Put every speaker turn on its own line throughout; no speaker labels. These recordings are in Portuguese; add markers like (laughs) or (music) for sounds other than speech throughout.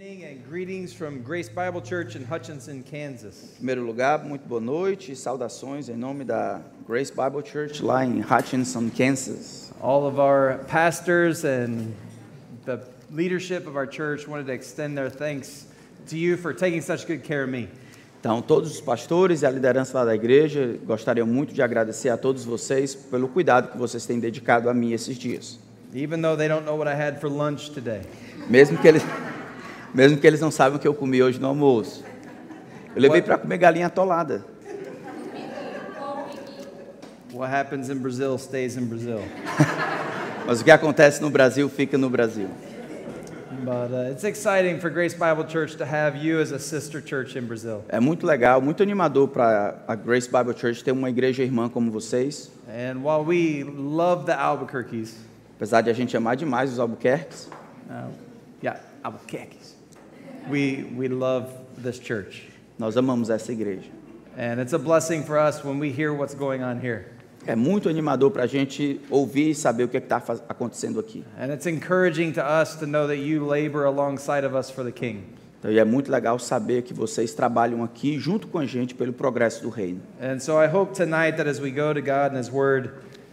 and greetings from Grace Bible Church in Hutchinson, Kansas.
Em primeiro lugar, muito boa noite e saudações em nome da Grace Bible Church lá em Hutchinson, Kansas.
All of our pastors and the leadership of our church wanted to extend their thanks to you for taking such good care of me.
Então, todos os pastores e a liderança lá da igreja, gostaria muito de agradecer a todos vocês pelo cuidado que vocês têm dedicado a mim esses dias.
Even though they don't know what I had for lunch today.
Mesmo que eles, mesmo que eles não saibam o que eu comi hoje no almoço. Eu levei para comer galinha atolada.
What happens in Brazil stays in Brazil.
Mas o que acontece no Brasil fica no Brasil.
But uh, it's exciting for Grace Bible Church to have you as a sister church in Brazil.
É muito legal, muito animador para a Grace Bible Church ter uma igreja irmã como vocês.
And while we love the Albuquerques,
Apesar de a gente amar demais os Albuquerques,
uh, yeah, Albuquerques, we, we love this church.
nós amamos essa igreja.
And it's a blessing for us when we hear what's going on here.
É muito animador para a gente ouvir e saber o que está acontecendo aqui.
And it's encouraging to us to know that you labor alongside of us for the King.
Então, e é muito legal saber que vocês trabalham aqui junto com a gente pelo progresso do reino.
And so I hope tonight that as we go to God and His Word,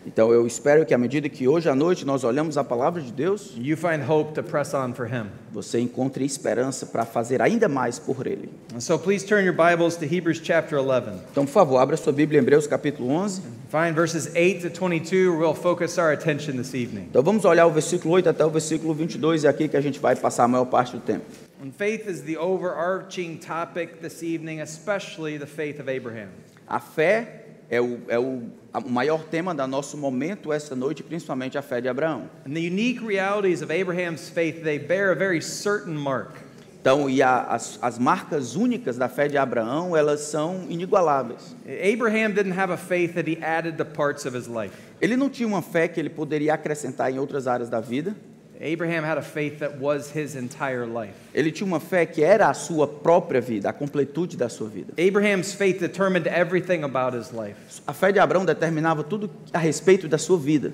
Então eu espero que à medida que hoje à noite nós olhamos a palavra de Deus,
you find hope to press on for Him.
você encontre esperança para fazer ainda mais por ele.
And so please turn your Bibles to Hebrews chapter 11.
Então, por favor, abra sua Bíblia em Hebreus capítulo 11.
Find verses 8 to 22, where we'll focus our attention this evening.
Então vamos olhar o versículo 8 até o versículo 22 é aqui que a gente vai passar a maior parte do tempo.
And faith is the overarching topic this evening, especially the faith of Abraham.
A fé é o, é o, a- o maior tema do nosso momento esta noite, principalmente a fé de Abraão.
And the unique realities of Abraham's faith, they bear a very certain mark.
Então, e a- as, as marcas únicas da fé de Abraão, elas são inigualáveis.
Abraham didn't have a faith that he added to parts of his life.
Ele não tinha uma fé que ele poderia acrescentar em outras áreas da vida.
Abraham had a faith that was his entire life.
Ele tinha uma fé que era a sua própria vida, a completude da sua vida.
Abraham's faith determined everything about his life.
A fé de Abraão determinava tudo a respeito da sua vida.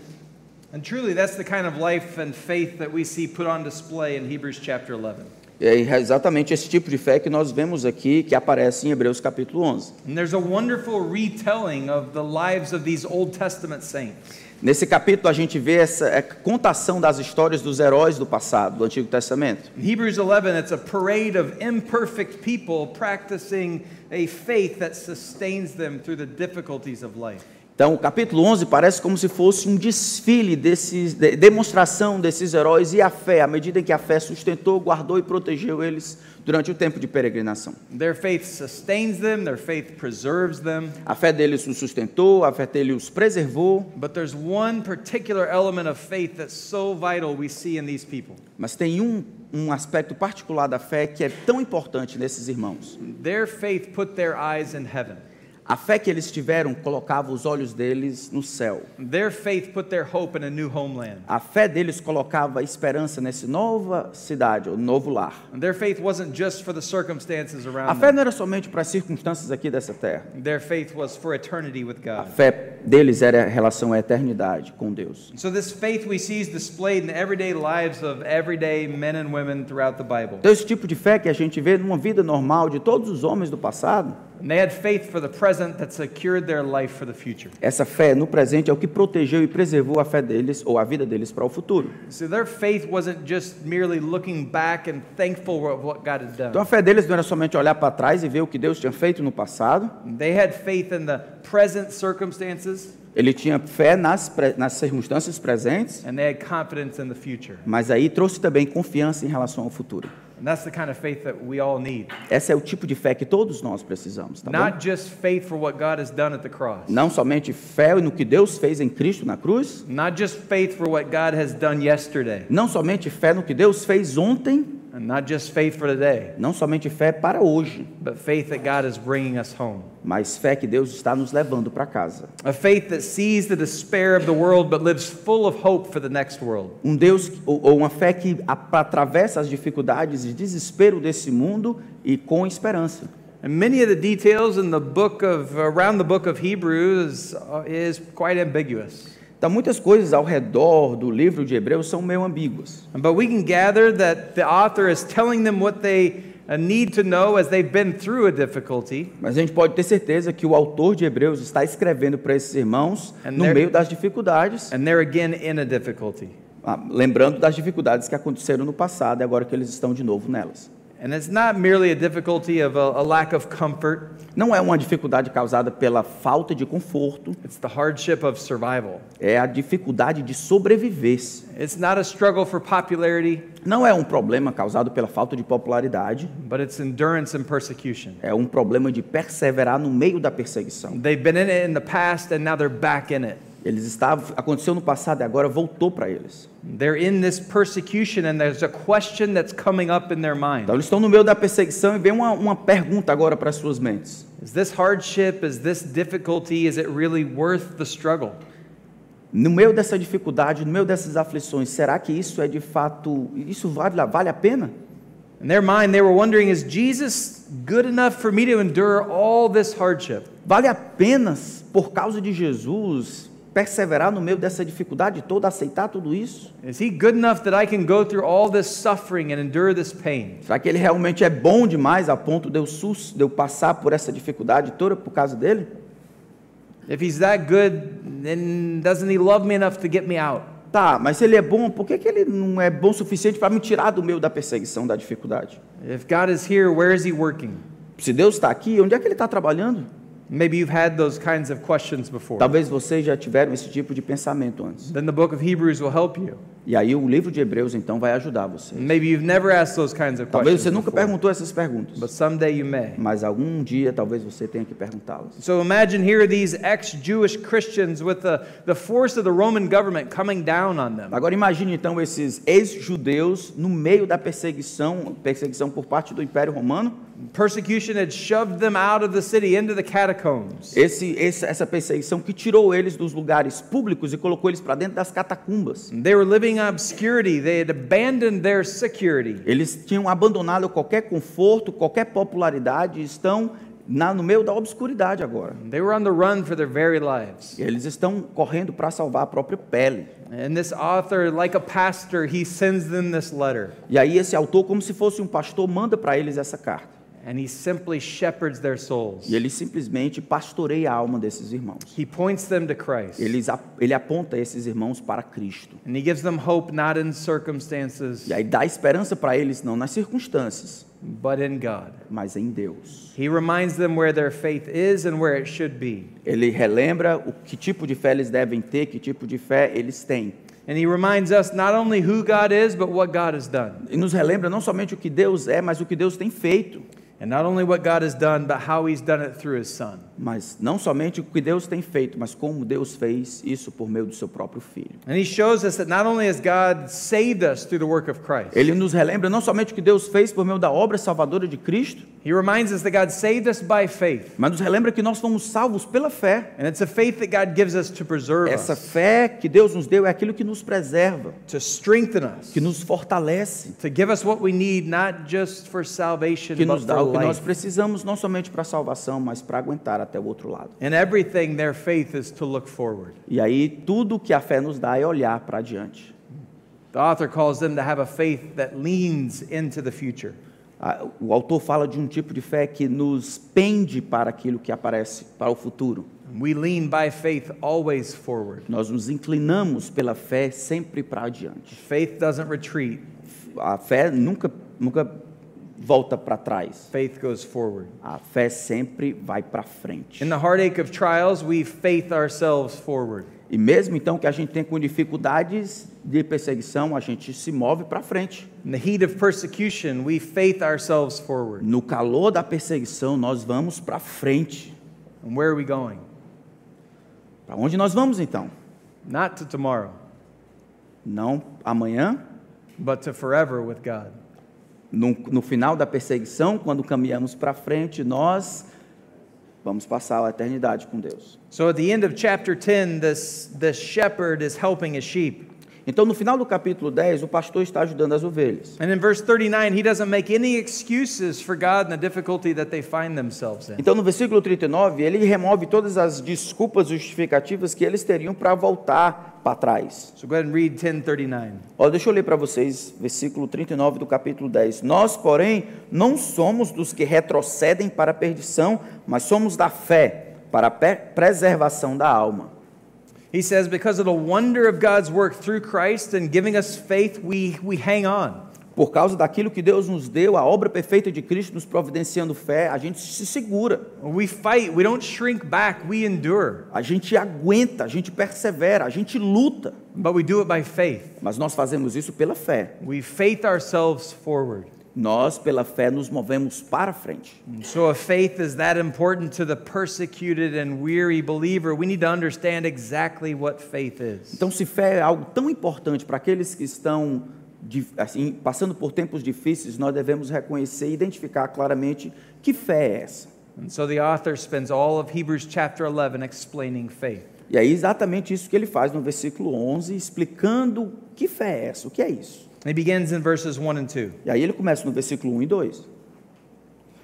And truly, that's the kind of life and faith that we see put on display in Hebrews chapter 11.
É exatamente esse tipo de fé que nós vemos aqui, que aparece em Hebreus capítulo 11.
And there's a wonderful retelling of the lives of these Old Testament saints.
Nesse capítulo a gente vê essa é, contação das histórias dos heróis do passado, do Antigo Testamento.
In Hebrews 11, it's a parade of imperfect people practicing a faith that sustains them through the difficulties of life.
Então, o capítulo 11 parece como se fosse um desfile desses, de- demonstração desses heróis e a fé, à medida em que a fé sustentou, guardou e protegeu eles durante o tempo de peregrinação.
Their faith sustains them, their faith preserves them.
A fé deles os sustentou, a fé dele os preservou,
But there's one particular element of faith that's so vital we see in these people.
mas tem um, um aspecto particular da fé que é tão importante nesses irmãos.
Their faith put their eyes in heaven.
A fé que eles tiveram colocava os olhos deles no céu.
Their faith put their hope in a new homeland.
A fé deles colocava esperança nessa nova cidade, o novo lar.
And their faith wasn't just for the circumstances
A
around
fé
them.
não era somente para as circunstâncias aqui dessa terra.
Their faith was for eternity with
A
God.
fé deles era em relação à eternidade com Deus.
And So this faith we see is displayed in the everyday lives of everyday men and women throughout the Bible.
Então, esse tipo de fé que a gente vê numa vida normal de todos os homens do passado,
And they had faith for the present that secured their life for the future.
essa fé no presente é o que protegeu e preservou a fé deles ou a vida deles para o futuro.
So their faith wasn't just merely looking back and thankful for what God had done.
Então, a fé deles não era somente olhar para trás e ver o que Deus tinha feito no passado.
They had faith in the present circumstances
Ele tinha fé nas, pre- nas circunstâncias presentes,
and they had confidence in the future.
mas aí trouxe também confiança em relação ao futuro.
And that's the kind of faith that we all need.
Essa é o tipo de fé que todos nós precisamos, tá bom?
Not just faith for what God has done at the cross,
Não somente fé no que Deus fez em Cristo na cruz,
not just faith for what God has done yesterday,
não somente fé no que Deus fez ontem,
and not just faith for today,
não somente fé para hoje,
but faith that God is bringing us home.
mas fé que Deus está nos levando para casa.
A faith that sees the despair of the world but lives full of hope for the next world.
Um Deus ou ou uma fé que a- atravessa as dificuldades e desespero desse mundo e com esperança.
And many of the details in the book of around the book of Hebrews uh, is quite ambiguous.
Então, muitas coisas ao redor do livro de Hebreus são meio ambíguas.
But we can gather that the author is telling them what they uh, need to know as they've been through a difficulty.
Mas a gente pode ter certeza que o autor de Hebreus está escrevendo para esses irmãos
And
no
there-
meio das dificuldades,
And they're again in a difficulty.
ah, lembrando das dificuldades que aconteceram no passado e agora que eles estão de novo nelas.
And it's not merely a difficulty of a, a lack of comfort,
Não é uma dificuldade causada pela falta de conforto,
it's the hardship of survival.
é a dificuldade de sobreviver.
It's not a struggle for popularity,
Não é um problema causado pela falta de popularidade,
but it's endurance and persecution.
é um problema de perseverar no meio da perseguição.
They've been in it in the past and now they're back in it.
Eles estavam, aconteceu no passado e agora voltou para eles.
They're in this persecution and there's a question that's coming up in their mind.
Então eles estão no meio da perseguição e vem uma, uma pergunta agora para as suas mentes.
Is this hardship, is this difficulty, is it really worth the struggle?
No meio dessa dificuldade, no meio dessas aflições, será que isso é de fato, isso vale, vale a pena?
In their mind, they were wondering is Jesus good enough for me to endure all this hardship?
Vale a pena, por causa de Jesus, perseverar no meio dessa dificuldade toda, aceitar tudo isso?
Is he good enough that I can go through all this suffering and endure this pain?
Será que ele realmente é bom demais a ponto de eu, sus- de eu passar por essa dificuldade toda por causa dele?
If he's that good, then doesn't he love me enough to get me out?
Tá, mas se ele é bom, por que, que ele não é bom o suficiente para me tirar do meio da perseguição, da dificuldade?
If God is here, where is he working?
Se Deus está aqui, onde é que ele está trabalhando?
Maybe you've had those kinds of questions before.
Talvez vocês já tiveram esse tipo de pensamento antes.
Then the book of Hebrews will help you.
E aí o livro de Hebreus então vai ajudar você.
Maybe you've never asked those kinds of
Talvez
questions.
você nunca
before,
perguntou essas perguntas,
but someday you may.
mas algum dia talvez você tenha que perguntá-las.
So imagine here are these ex Jewish Christians with the, the force of the Roman government coming down on them.
Agora imagine então esses ex-judeus no meio da perseguição, perseguição por parte do Império Romano.
Persecution had shoved them out of the city into the catacombs.
Esse, esse- essa perseguição que tirou eles dos lugares públicos e colocou eles para dentro das catacumbas.
They were living in obscurity. They had abandoned their security.
Eles tinham abandonado qualquer conforto, qualquer popularidade, e estão na- no meio da obscuridade agora.
They were on the run for their very lives.
Eles estão correndo para salvar a própria pele.
And this author, like a pastor, he sends them this letter.
E aí esse autor, como se fosse um pastor, manda para eles essa carta.
And he simply shepherds their souls.
E ele simplesmente pastoreia a alma desses irmãos.
He points them to Christ.
Eles ap- ele aponta esses irmãos para Cristo.
And he gives them hope not in circumstances,
E aí dá esperança para eles, não nas circunstâncias,
but in God.
mas em Deus.
He reminds them where their faith is and where it should be.
Ele relembra o que tipo de fé eles devem ter, que tipo de fé eles têm.
And he reminds us not only who God is, but what God has done.
E nos relembra não somente o que Deus é, mas o que Deus tem feito.
And not only what God has done, but how he's done it through his son.
Mas não somente o que Deus tem feito, mas como Deus fez isso por meio do seu próprio filho.
And he shows us that not only has God saved us through the work of Christ,
Ele nos relembra não somente o que Deus fez por meio da obra salvadora de Cristo,
he reminds us that God saved us by faith.
mas nos relembra que nós fomos salvos pela fé.
And it's a faith that God gives us to preserve
Essa
us,
fé que Deus nos deu é aquilo que nos preserva,
to strengthen us,
que nos fortalece,
to give us what we need, not just for salvation,
que
but
nos
for
dá o que
life.
nós precisamos não somente para a salvação, mas para aguentar até o outro lado.
In everything, their faith is to look forward.
E aí tudo que a fé nos dá é olhar para adiante.
The author calls them to have a faith that leans into the future.
A- O autor fala de um tipo de fé que nos pende para aquilo que aparece, para o futuro.
We lean by faith always forward.
Nós nos inclinamos pela fé sempre para adiante.
Faith doesn't retreat,
A fé nunca, nunca volta para trás.
faith goes forward.
A fé sempre vai para frente.
In the heartache of trials, we faith ourselves forward.
E mesmo então que a gente tenha com dificuldades de perseguição, a gente se move para frente.
In the heat of persecution, we faith ourselves forward.
No calor da perseguição, nós vamos para frente.
And where are we going?
Para onde nós vamos então?
Not to tomorrow,
Não amanhã,
but to forever with God.
no, no final da perseguição, quando caminhamos para frente, nós vamos passar a eternidade com Deus.
So at the end of chapter 10, this, this shepherd is helping his sheep.
Então, no final do capítulo 10, o pastor está ajudando as ovelhas.
And in verse 39, he doesn't make any excuses for God and the difficulty that they find themselves in.
Então, no versículo 39, ele remove todas as desculpas justificativas que eles teriam para voltar para trás.
So go ahead and read 1039.
Olha, deixa eu ler para vocês, versículo 39 do capítulo 10. Nós, porém, não somos dos que retrocedem para a perdição, mas somos da fé para a pe- preservação da alma.
He says, Because of the wonder of God's work through Christ and giving us faith, we, we hang on.
Por causa daquilo que Deus nos deu, a obra perfeita de Cristo nos providenciando fé, a gente se segura,
We fight. We don't shrink back. We endure.
a gente aguenta, a gente persevera, a gente luta.
But we do it by faith.
Mas nós fazemos isso pela fé.
We faith ourselves forward.
Nós, pela fé, nos movemos para a frente.
And so, if faith is that important to the persecuted and weary believer, we need to understand exactly what faith is.
Então, se fé é algo tão importante para aqueles que estão de- assim, passando por tempos difíceis, nós devemos reconhecer e identificar claramente que fé é essa.
And so, the author spends all of Hebrews chapter 11 explaining faith.
E é exatamente isso que ele faz no versículo 11, explicando que fé é essa, o que é isso.
He begins in verses 1 and 2.
E aí ele começa no versículo 1 e 2.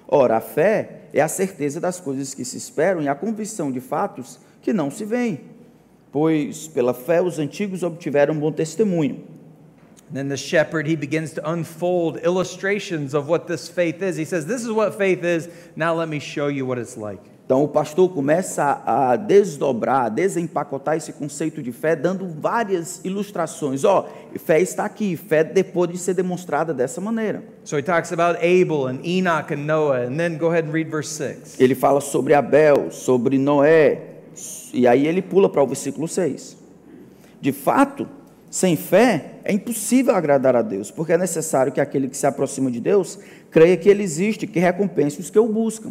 Ora, a fé é a certeza das coisas que se esperam e a convicção de fatos que não se veem. Pois pela fé os antigos obtiveram bom testemunho.
And then the shepherd, he begins to unfold illustrations of what this faith is. He says, This is what faith is. Now let me show you what it's like.
Então o pastor começa a desdobrar, a desempacotar esse conceito de fé, dando várias ilustrações. Ó, fé está aqui, fé depois de ser demonstrada dessa maneira.
So he talks about Abel and Enoch and Noah. And then go ahead and read verse 6.
Ele fala sobre Abel, sobre Noé, e aí ele pula para o versículo 6. De fato, sem fé é impossível agradar a Deus, porque é necessário que aquele que se aproxima de Deus creia que ele existe, que recompense os que o buscam.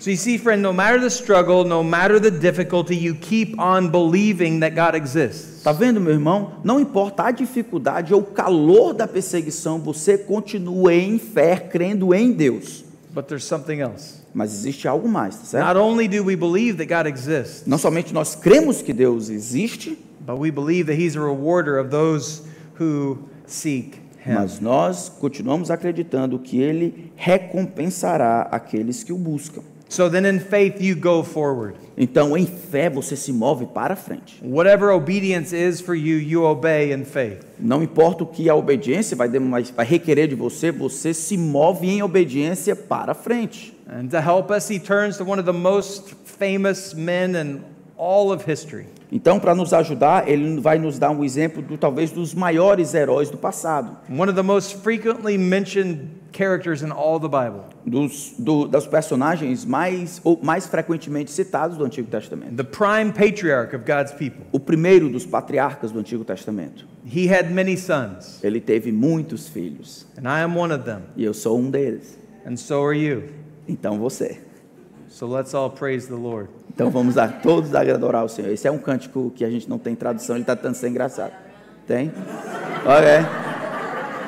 So you see, friend, no matter the struggle, no matter the difficulty, you keep on believing that God exists.
Tá vendo, meu irmão? Não importa a dificuldade ou o calor da perseguição, você continua em fé, crendo em Deus.
But there's something else.
Mas existe algo mais, tá certo?
Not only do we believe that God exists,
Não somente nós cremos que Deus existe,
but we believe that He's a rewarder of those who seek Him.
Mas nós continuamos acreditando que ele recompensará aqueles que o buscam.
So then in faith, you go forward.
Então, em fé, você se move para frente.
Whatever obedience is for you, you obey in faith.
Não importa o que a obediência vai, dem- vai requerer de você, você se move em obediência para frente.
And to help us, he turns to one of the most famous men in all of history.
Então, para nos ajudar, ele vai nos dar um exemplo do talvez dos maiores heróis do passado,
One of the most frequently mentioned characters in all the Bible.
dos, do- dos personagens mais, ou mais frequentemente citados do Antigo Testamento.
The prime patriarch of God's people.
O primeiro dos patriarcas do Antigo Testamento.
He had many sons,
Ele teve muitos filhos.
and I am one of them,
E eu sou um deles.
and so are you.
Então você.
So let's all praise the Lord. (laughs)
Então vamos a todos adorar o Senhor. Esse é um cântico que a gente não tem tradução, ele está tentando ser engraçado. Tem? Ok.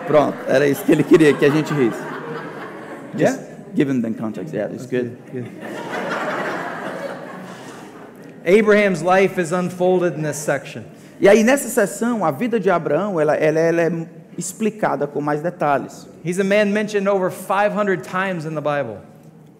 Pronto, era isso que ele queria que a gente risse. Just give him the context. Yeah, it's good.
Abraham's life is unfolded in this section.
E aí nessa sessão, a vida de Abraão, ela, ela- ela é explicada com mais detalhes.
He's a man mentioned over 500 times in the Bible.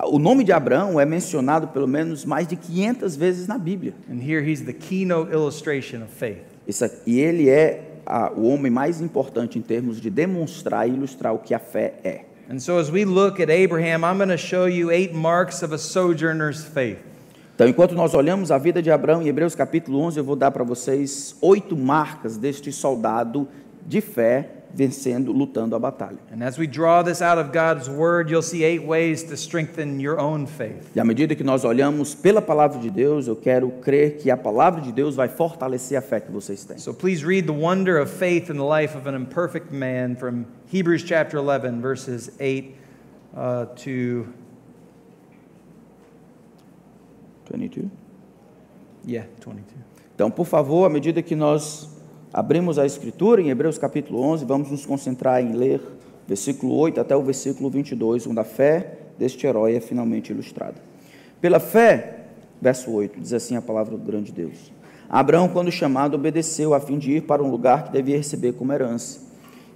O nome de Abraão é mencionado pelo menos mais de 500 vezes na Bíblia.
And here he's the keynote illustration of faith.
Isso aqui- e ele é a- o homem mais importante em termos de demonstrar e ilustrar o que a fé é.
And so, as we look at Abraham, I'm going to show you eight marks of a sojourner's faith.
Então, enquanto nós olhamos a vida de Abraão em Hebreus capítulo 11, eu vou dar para vocês oito marcas deste soldado de fé vencendo, lutando a batalha.
And as we draw this out of God's word, you'll see eight ways to strengthen your own faith.
E à medida que nós olhamos pela palavra de Deus, eu quero crer que a palavra de Deus vai fortalecer a fé que vocês têm.
So, please read the wonder of faith in the life of an imperfect man from Hebrews chapter 11, verses 8 uh, to,
22.
yeah, 22.
Então, por favor, à medida que nós abrimos a Escritura em Hebreus capítulo 11, vamos nos concentrar em ler versículo 8 até o versículo 22, onde a fé deste herói é finalmente ilustrada. Pela fé, verso 8, diz assim a palavra do grande Deus: Abraão, quando chamado, obedeceu a fim de ir para um lugar que devia receber como herança.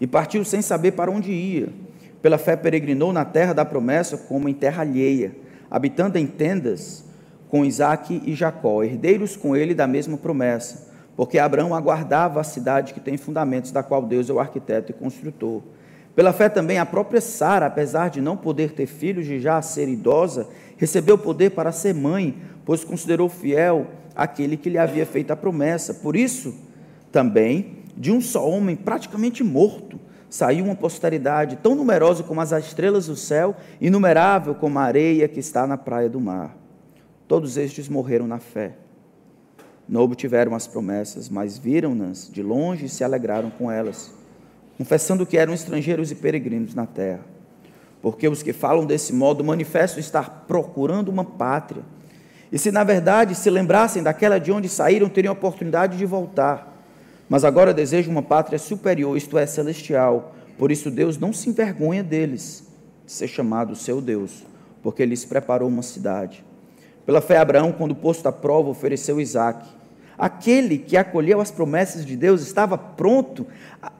E partiu sem saber para onde ia. Pela fé peregrinou na terra da promessa como em terra alheia, habitando em tendas com Isaque e Jacó, herdeiros com ele da mesma promessa, porque Abraão aguardava a cidade que tem fundamentos, da qual Deus é o arquiteto e construtor. Pela fé também a própria Sara, apesar de não poder ter filhos e já ser idosa, recebeu poder para ser mãe, pois considerou fiel aquele que lhe havia feito a promessa. Por isso, também, de um só homem praticamente morto, saiu uma posteridade tão numerosa como as estrelas do céu, inumerável como a areia que está na praia do mar. Todos estes morreram na fé. Não obtiveram as promessas, mas viram-nas de longe e se alegraram com elas, confessando que eram estrangeiros e peregrinos na terra. Porque os que falam desse modo manifestam estar procurando uma pátria. E se na verdade se lembrassem daquela de onde saíram, teriam oportunidade de voltar. Mas agora desejam uma pátria superior, isto é, celestial. Por isso Deus não se envergonha deles, de ser chamado seu Deus, porque lhes preparou uma cidade. Pela fé, Abraão, quando posto à prova, ofereceu Isaac. Aquele que acolheu as promessas de Deus estava pronto a,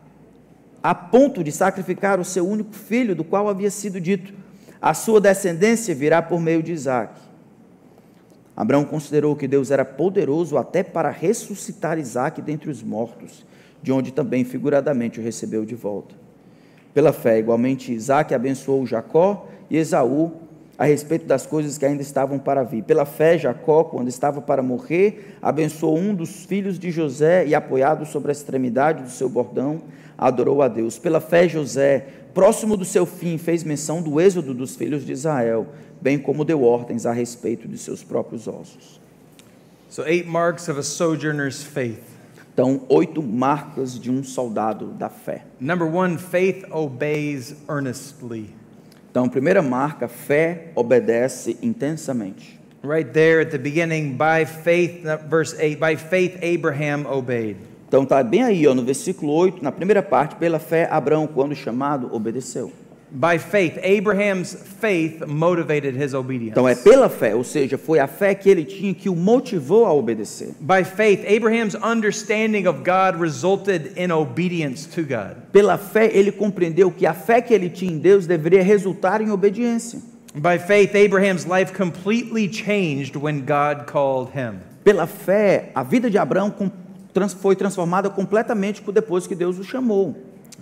a ponto de sacrificar o seu único filho, do qual havia sido dito: A sua descendência virá por meio de Isaac. Abraão considerou que Deus era poderoso até para ressuscitar Isaac dentre os mortos, de onde também figuradamente o recebeu de volta. Pela fé, igualmente, Isaac abençoou Jacó e Esaú a respeito das coisas que ainda estavam para vir. Pela fé, Jacó, quando estava para morrer, abençoou um dos filhos de José e, apoiado sobre a extremidade do seu bordão, adorou a Deus. Pela fé, José, próximo do seu fim, fez menção do êxodo dos filhos de Israel, bem como deu ordens a respeito de seus próprios ossos.
So, eight marks of a sojourner's faith.
Então, oito marcas de um soldado da fé.
Number one, faith obeys earnestly.
Então, primeira marca, fé obedece intensamente.
Right there at the beginning, by faith, uh, verse 8, by faith Abraham obeyed.
Então, está bem aí, ó, no versículo 8, na primeira parte, pela fé, Abraão, quando chamado, obedeceu.
By faith, Abraham's faith motivated his obedience.
Então, é pela fé, ou seja, foi a fé que ele tinha que o motivou a obedecer.
By faith, Abraham's understanding of God resulted in obedience to God.
Pela fé, ele compreendeu que a fé que ele tinha em Deus deveria resultar em obediência.
By faith, Abraham's life completely changed when God called him.
Pela fé, a vida de Abraão com- trans- foi transformada completamente depois que Deus o chamou.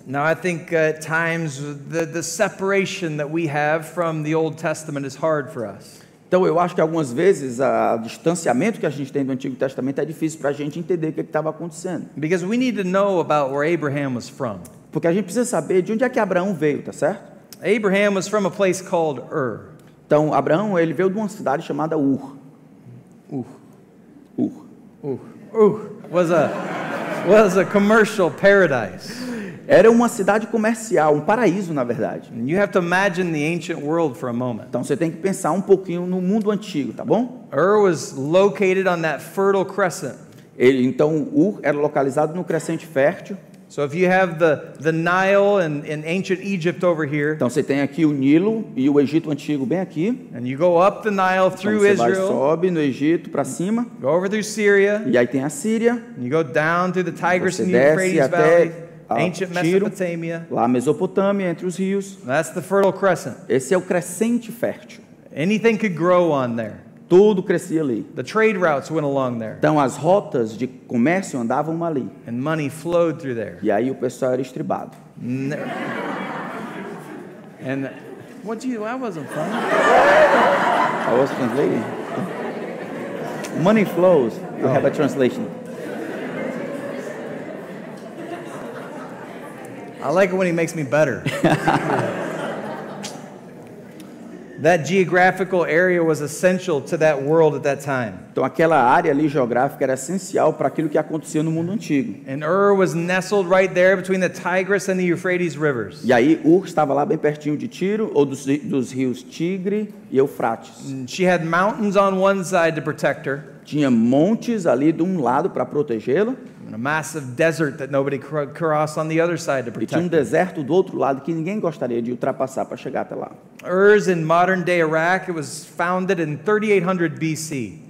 Now, I think uh, at times the, the separation that we have from the Old Testament is hard for us.
Então, eu acho que algumas vezes a- o distanciamento que a gente tem do Antigo Testamento é difícil para a gente entender o que estava acontecendo.
Because we need to know about where Abraham was from.
Porque a gente precisa saber de onde é que Abraão veio, tá certo?
Abraham was from a place called Ur.
Então, Abraão, ele veio de uma cidade chamada Ur.
Ur.
Ur.
Ur. Ur was a, was a commercial paradise.
Era uma cidade comercial, um paraíso, na verdade.
And you have to imagine the ancient world for a moment.
Então, você tem que pensar um pouquinho no mundo antigo, tá bom?
Ur was located on that fertile crescent.
Ele, então, Ur era localizado no crescente fértil.
So if you have the, the Nile in, in ancient Egypt over here,
Então, você tem aqui o Nilo e o Egito antigo bem aqui.
and you go up the Nile
Então,
through
você vai,
Israel,
sobe no Egito para cima.
go over through Syria,
E aí tem a Síria.
and you go down through the Tigris
Você
and
desce
Euphrates
até
Valley,
a
ancient
Tiro.
Mesopotamia.
Lá a Mesopotâmia, entre os rios.
That's the fertile crescent.
Esse é o crescente fértil.
Anything could grow on there.
Tudo crescia ali.
The trade routes went along there,
Então as rotas de comércio andavam ali.
and money flowed through there.
E aí o pessoal era estribado.
And there- and what do you? That wasn't funny.
I was translating. Money flows. You have a translation.
I like it when he makes me better. that geographical area was essential to that world at that time.
Então aquela área ali geográfica era essencial para aquilo que acontecia no mundo antigo.
And Ur was nestled right there between the Tigris and the Euphrates rivers.
E aí Ur estava lá bem pertinho de Tiro, ou dos, dos rios Tigre e Eufrates.
And she had mountains on one side to protect her,
Tinha montes ali de um lado para protegê-lo,
and a massive desert that nobody cro- crossed on the other side to
e tinha um
protect her.
deserto do outro lado que ninguém gostaria de ultrapassar para chegar até lá.
Ur's in modern day Iraq, it was founded in 3800 BC.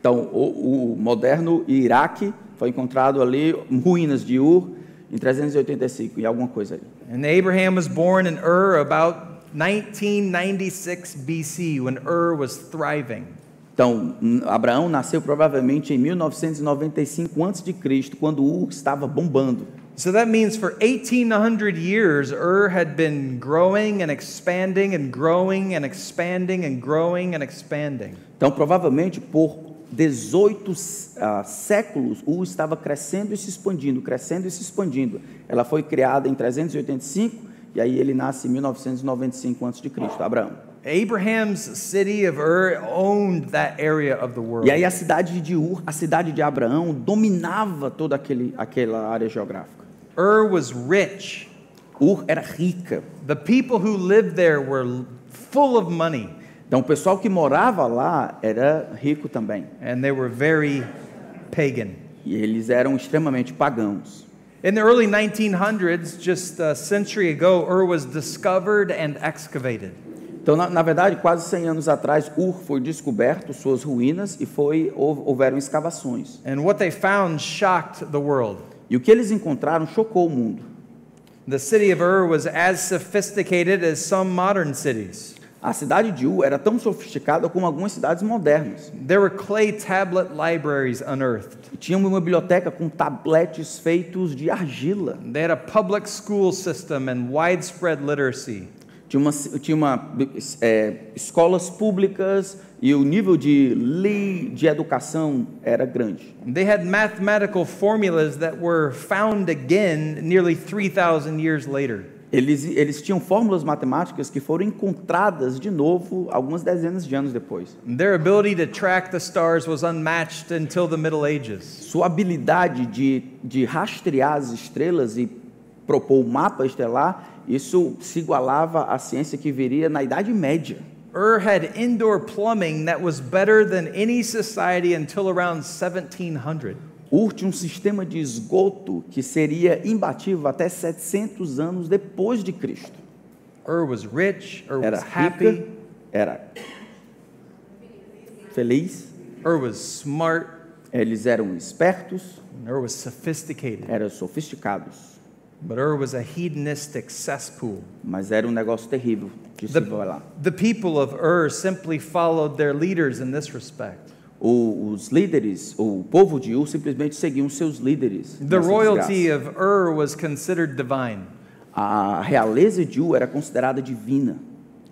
Então, o, o moderno Iraque foi encontrado ali, em ruínas de Ur, em 385, e alguma coisa aí.
And Abraham was born in Ur about 1996 BC when Ur was thriving.
Então, n- Abraão nasceu provavelmente em 1995 a.C., quando Ur estava bombando.
So that means for 1800 years, Ur had been growing and expanding and growing and expanding and growing and expanding.
Então, provavelmente por 18 ah, séculos, Ur estava crescendo e se expandindo, crescendo e se expandindo. Ela foi criada em 385 e aí ele nasce em 1995 a.C., Abraão.
Abraham's city of Ur owned that area of the world.
E aí a cidade de Ur, a cidade de Abraão, dominava toda aquele, aquela área geográfica.
Ur was rich.
Ur era rica.
The people who lived there were l- full of money
Então, o pessoal que morava lá era rico também.
and they were very pagan.
E eles eram extremamente pagãos.
In the early 1900s, just a century ago, Ur was discovered and excavated.
Então, na, na verdade, quase 100 anos atrás, Ur foi descoberto, suas ruínas, e foi, houve- houveram escavações.
And what they found shocked the world.
E o que eles encontraram chocou o mundo.
The city of Ur was as sophisticated as some modern cities.
A cidade de Ur era tão sofisticada como algumas cidades modernas.
There were clay tablet libraries unearthed.
E Tinha uma biblioteca com tabletes feitos de argila.
They had a public school system and widespread literacy.
Tinha, uma, tinha uma, é, escolas públicas e o nível de lei de educação era grande.
They had mathematical formulas that were found again nearly 3,000 years later.
Eles, eles tinham fórmulas matemáticas que foram encontradas de novo algumas dezenas de anos depois.
Their ability to track the stars was unmatched until the Middle Ages.
Sua habilidade de, de rastrear as estrelas e propor o mapa estelar, isso se igualava à ciência que viria na Idade Média.
Ur had indoor plumbing that was better than any society until around 1700.
Ur tinha um sistema de esgoto que seria imbatível até 700 anos depois de Cristo.
Ur was rich, Ur
Era
was happy,
rica, era feliz,
Ur was smart,
eles eram espertos,
and Ur was sophisticated.
eram sofisticados.
But Ur was a hedonistic cesspool.
Mas era um negócio terrível de se
The,
lá.
the people of Ur simply followed their leaders in this respect.
os líderes, o povo de Ur simplesmente seguiam seus líderes.
The
nessa
royalty
desgraça.
of Ur was considered divine,
A realeza de Ur era considerada divina.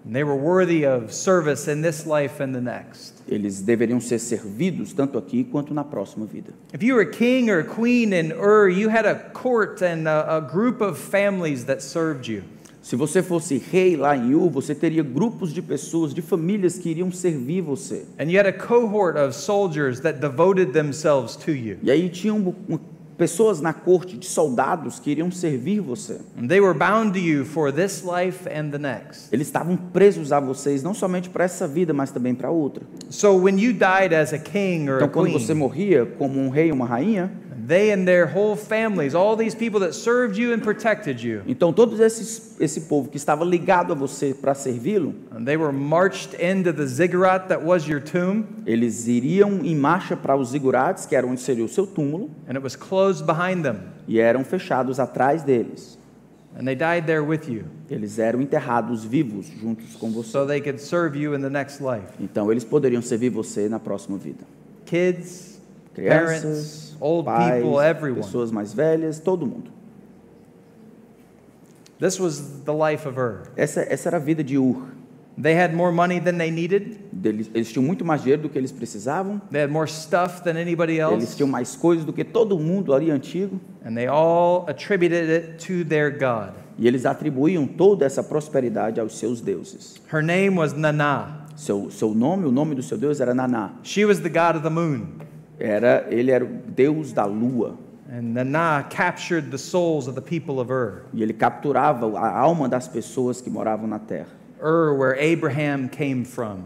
and they were worthy of service in this life and the next.
Eles deveriam ser servidos tanto aqui quanto na próxima vida.
If you were a king or a queen in Ur, you had a court and a, a group of families that served you.
Se você fosse rei lá em Ur, você teria grupos de pessoas, de famílias que iriam servir você.
And you had a cohort of soldiers that devoted themselves to you.
E aí tinham um- pessoas na corte de soldados que iriam servir você.
And they were bound to you for this life and the next.
Eles estavam presos a vocês não somente para essa vida, mas também para outra.
So when you died as a king or a
Então, quando
queen,
você morria como um rei, uma rainha,
they and their whole families, all these people that served you and protected you,
Então, todo esses, esse povo que estava ligado a você para servi-lo,
and they were marched into the ziggurat that was your tomb,
eles iriam em marcha para os zigurates, que era onde seria o seu túmulo,
and it was closed behind them,
e eram fechados atrás deles.
and they died there with you,
Eles eram enterrados vivos juntos com você.
so they could serve you in the next life.
Então, eles poderiam servir você na próxima vida.
kids, parents,
Crianças,
old
pais,
people, everyone.
pessoas mais velhas, todo mundo.
This was the life of Ur.
Essa, essa era a vida de Ur.
They had more money than they needed.
Eles, eles tinham muito mais dinheiro do que eles precisavam,
They had more stuff than anybody
eles
else,
tinham mais coisas do que todo mundo ali antigo,
and they all attributed it to their god.
e eles atribuíam toda essa prosperidade aos seus deuses.
Her name was Nana.
Seu, seu nome, o nome do seu Deus era Naná.
She was the god of the moon,
Era, ele era o Deus da lua.
and Nana captured the souls of the people of Ur.
E ele capturava a alma das pessoas que moravam na terra.
Ur, where Abraham came from.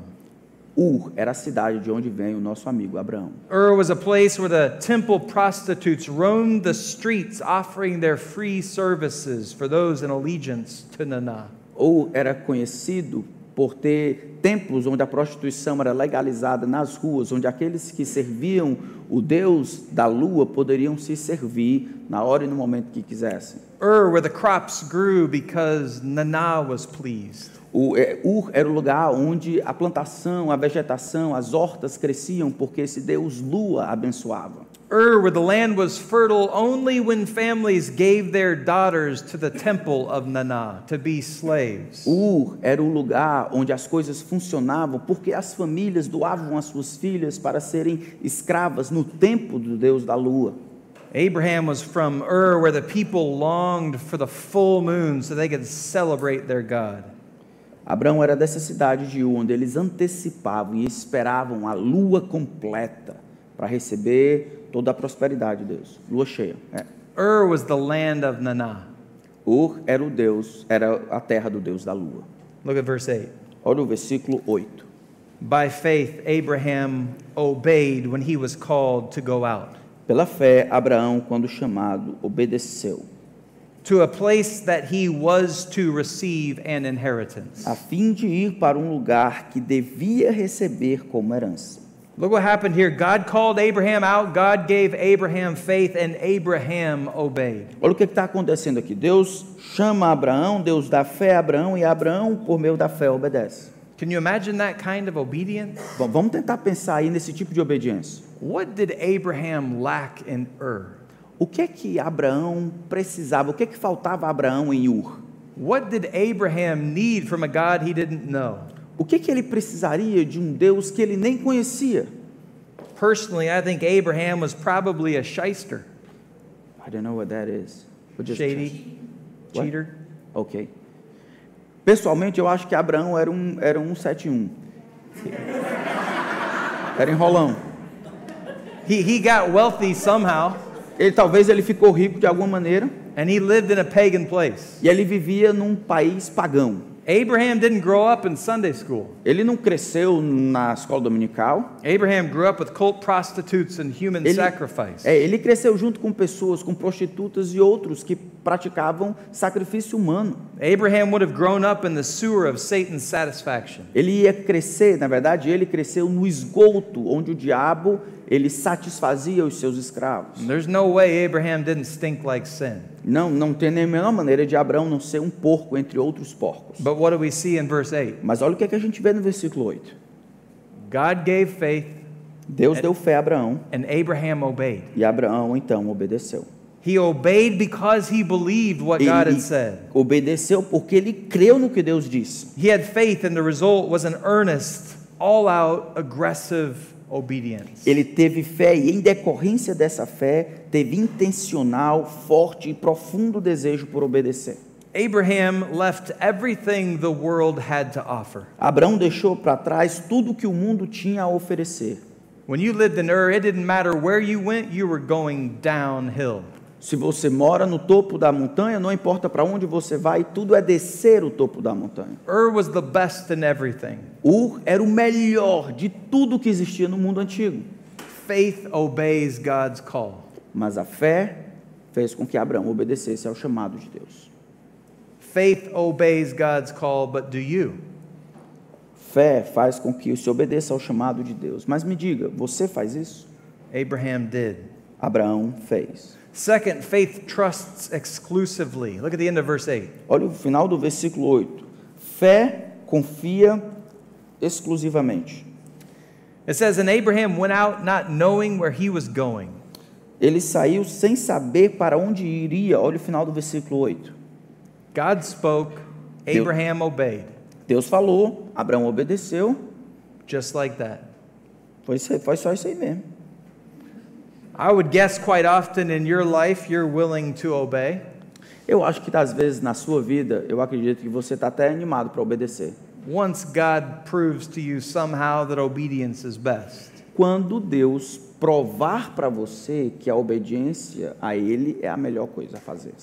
Ur era a cidade de onde vem o nosso amigo Abraão.
Ur was a place where the temple prostitutes roamed the streets offering their free services for those in allegiance to Nana.
Ou era conhecido por ter templos onde a prostituição era legalizada nas ruas, onde aqueles que serviam o Deus da lua poderiam se servir na hora e no momento que quisessem.
Ur, where the crops grew because Nana was pleased.
O é, Ur era o lugar onde a plantação, a vegetação, as hortas cresciam porque esse Deus lua abençoava.
Ur, where the land was fertile only when families gave their daughters to the temple of Nana to be slaves.
Ur era o lugar onde as coisas funcionavam porque as famílias doavam as suas filhas para serem escravas no tempo do Deus da lua.
Abraham was from Ur, where the people longed for the full moon so they could celebrate their God.
Abraão era dessa cidade de Ur, onde eles antecipavam e esperavam a lua completa para receber toda a prosperidade de Deus. Lua cheia. É.
Ur was the land of Nana.
Ur era o Deus, era a terra do Deus da lua.
Look at verse 8.
Olha o versículo 8.
By faith, Abraham obeyed when he was called to go out
Pela fé, Abraão, quando chamado, obedeceu,
to a place that he was to receive an inheritance.
a fim de ir para um lugar que devia receber como herança.
Look what happened here. God called Abraham out, God gave Abraham faith, and Abraham obeyed.
Olha o que está acontecendo aqui. Deus chama Abraão, Deus dá fé a Abraão, e Abraão, por meio da fé, obedece.
Can you imagine that kind of obedience?
Bom, vamos tentar pensar aí nesse tipo de obediência.
What did Abraham lack in Ur?
O que é que Abraão precisava? O que é que faltava a Abraão em Ur?
What did Abraham need from a God he didn't know?
O que é que ele precisaria de um Deus que ele nem conhecia?
Personally, I think Abraham was probably a shyster,
I don't know what that is. We'll just check.
shady,
What?
cheater.
Ok. Pessoalmente, eu acho que Abraão era um, era um 71. Era enrolão.
He, he got wealthy somehow,
Ele talvez ele ficou rico de alguma maneira
and he lived in a pagan place.
e ele vivia num país pagão.
Abraham didn't grow up in Sunday school.
Ele não cresceu na escola dominical.
Abraham grew up with cult prostitutes and human
Ele,
sacrifice.
é, ele cresceu junto com pessoas, com prostitutas e outros que praticavam sacrifício humano.
Abraham would have grown up in the sewer of Satan's satisfaction.
Ele ia crescer, na verdade, ele cresceu no esgoto onde o diabo ele satisfazia os seus escravos.
And there's no way Abraham didn't stink like sin.
Não, não tem nem a menor maneira de Abraão não ser um porco entre outros porcos.
But what do we see in verse 8?
Mas olha o que, é que a gente vê no versículo 8.
God gave faith,
Deus deu fé a Abraão
and Abraham obeyed.
e Abraão então obedeceu.
He obeyed because he believed what
Ele
God had said.
obedeceu porque ele creu no que Deus disse.
He had faith, and the result was an earnest, all out, aggressive obedience.
Ele teve fé e em decorrência dessa fé teve intencional, forte e profundo desejo por obedecer.
Abraham left everything the world had to offer.
Abraão deixou para trás tudo o que o mundo tinha a oferecer.
When you lived in Ur, it didn't matter where you went, you were going downhill.
Se você mora no topo da montanha, não importa para onde você vai, tudo é descer o topo da montanha.
Ur was the best in everything.
Ur era o melhor de tudo que existia no mundo antigo.
Faith obeys God's call.
Mas a fé fez com que Abraão obedecesse ao chamado de Deus.
Faith obeys God's call, but do you?
Fé faz com que se obedeça ao chamado de Deus. Mas me diga, você faz isso?
Abraham did.
Abraão fez.
Second, faith trusts exclusively. Look at the end of verse 8.
Olha o final do versículo 8. Fé confia exclusivamente.
It says, And Abraham went out not knowing where he was going.
Ele saiu sem saber para onde iria. Olha o final do versículo 8.
God spoke, Abraham obeyed.
Deus falou, Abraão obedeceu.
Just like that.
Foi, isso aí- foi só isso aí mesmo.
I would guess quite often in your life you're willing to obey,
Eu acho que às vezes na sua vida, eu acredito que você está até animado para obedecer.
once God proves to you somehow that obedience is best.
Quando Deus provar para você que a obediência a Ele é a melhor coisa a fazer.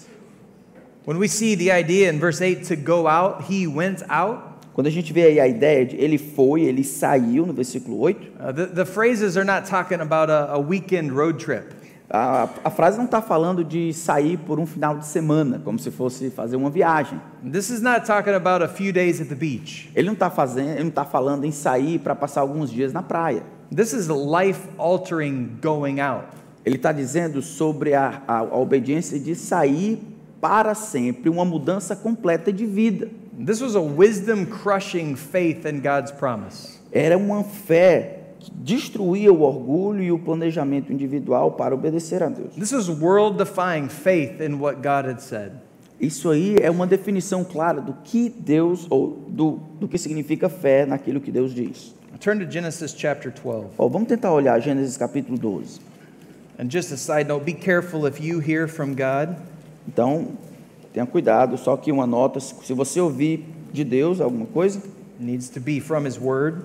When we see the idea in verse 8 to go out, he went out.
Quando a gente vê aí a ideia de ele foi, ele saiu, no versículo 8,
Uh, the, the phrases are not talking about a, a weekend road trip.
A, a frase não está falando de sair por um final de semana, como se fosse fazer uma viagem.
This is not talking about a few days at the beach.
Ele não está fazendo, ele não está falando em sair para passar alguns dias na praia.
This is life altering going out.
Ele está dizendo sobre a, a, a obediência de sair para sempre, uma mudança completa de vida.
This was a wisdom crushing faith in God's promise.
Era uma fé que destruía o orgulho e o planejamento individual para obedecer a Deus.
This was world defying faith in what God had said.
Isso aí é uma definição clara do que Deus ou do, do que significa fé naquilo que Deus diz.
Turn to Genesis chapter 12.
Ó, vamos tentar olhar Gênesis capítulo 12.
And just a side note be careful if you hear from God.
Então, tenha cuidado, só que uma nota, se se você ouvir de Deus alguma coisa,
It needs to be from His Word.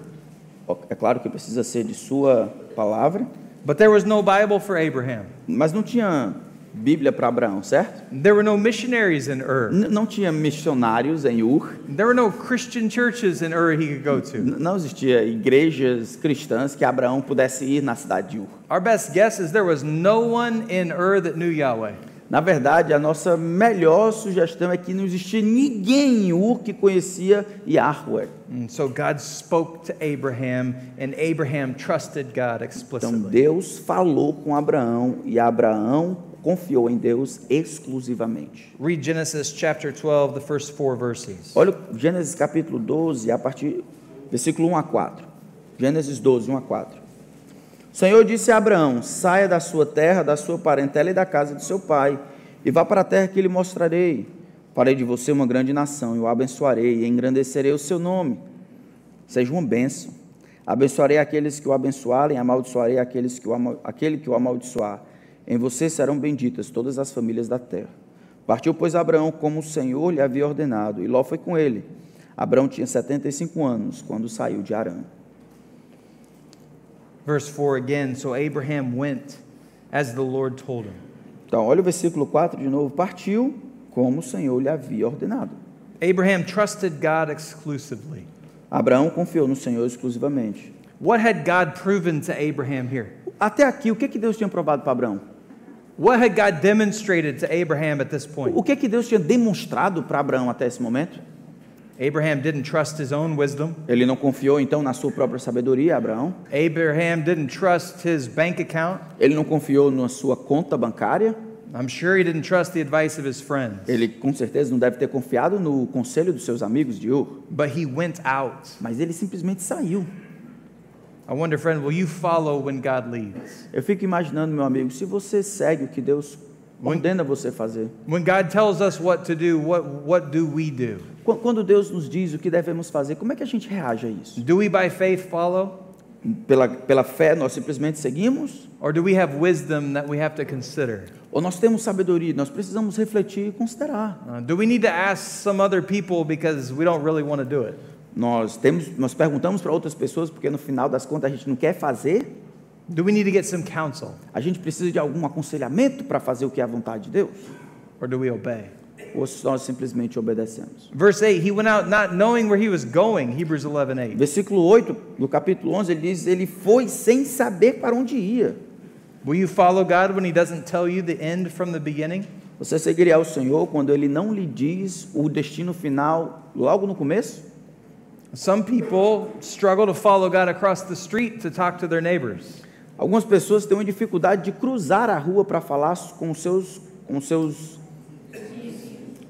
ó, é claro que precisa ser de sua palavra,
But there was no Bible for Abraham,
mas não tinha Bíblia para Abraão, certo?
there were no missionaries in Ur,
N- não tinha missionários em Ur,
there were no Christian churches in Ur he could go to.
n- não existia igrejas cristãs que Abraão pudesse ir na cidade de Ur.
Our best guess is there was no one in Ur that knew Yahweh.
Na verdade, a nossa melhor sugestão é que não existia ninguém em Ur que conhecia Yahweh.
And Mm, so God spoke to Abraham, and Abraham trusted God
Então
explicitly.
Deus falou com Abraão e Abraão confiou em Deus exclusivamente.
Read Genesis chapter 12, the first four verses.
Olha o Gênesis capítulo 12, a partir versículo 1 a 4. Gênesis 12, 1 a 4. O Senhor disse a Abraão: Saia da sua terra, da sua parentela e da casa de seu pai, e vá para a terra que lhe mostrarei. Farei de você uma grande nação, e o abençoarei, e engrandecerei o seu nome. Seja uma bênção. Abençoarei aqueles que o abençoarem, amaldiçoarei aqueles que o ama- aquele que o amaldiçoar. Em você serão benditas todas as famílias da terra. Partiu, pois, Abraão como o Senhor lhe havia ordenado, e Ló foi com ele. Abraão tinha 75 anos quando saiu de Arã.
Verse 4 again So Abraham went as the Lord told him.
Então, olha o versículo 4 de novo. Partiu como o Senhor lhe havia ordenado.
Abraham trusted God exclusively.
Abraão confiou no Senhor exclusivamente.
What had God proven to Abraham here?
Até aqui, o que, que Deus tinha provado para Abraão?
What had God demonstrated to Abraham at this point?
O que, que Deus tinha demonstrado para Abraão até esse momento?
Abraham didn't trust his own wisdom.
Ele não confiou, então, na sua própria sabedoria, Abraão.
Abraham didn't trust his bank account.
Ele não confiou na sua conta bancária.
I'm sure he didn't trust the advice of his friends.
Ele, com certeza, não deve ter confiado no conselho dos seus amigos de Ur.
But he went out.
Mas ele simplesmente saiu.
I wonder, friend, will you follow when God leads?
Eu fico imaginando, meu amigo, se você segue o que Deus ordena você fazer.
When God tells us what to do, what, what do we do?
Qu- Quando Deus nos diz o que devemos fazer, como é que a gente reage a isso?
Do we by faith follow?
Pela, pela fé, nós simplesmente seguimos?
Or do we have wisdom that we have to consider?
Ou nós temos sabedoria? Nós precisamos refletir e considerar.
Uh, do we need to ask some other people because we don't really want to do it?
Nós, temos, nós perguntamos para outras pessoas, porque no final das contas a gente não quer fazer.
Do we need to get some counsel
A gente precisa de algum aconselhamento para fazer o que é a vontade de Deus?
or do we obey?
Ou se nós simplesmente obedecemos?
Verse 8, he went out not knowing where he was going, Hebrews 11 8.
Versículo 8 do capítulo 11, ele diz: Ele foi sem saber para onde ia.
Will you follow God when he doesn't tell you the end from the beginning?
Você seguiria o Senhor quando ele não lhe diz o destino final logo no começo?
Some people struggle to follow God across the street to talk to their neighbors.
Algumas pessoas têm uma dificuldade de cruzar a rua para falar com os seus, com os seus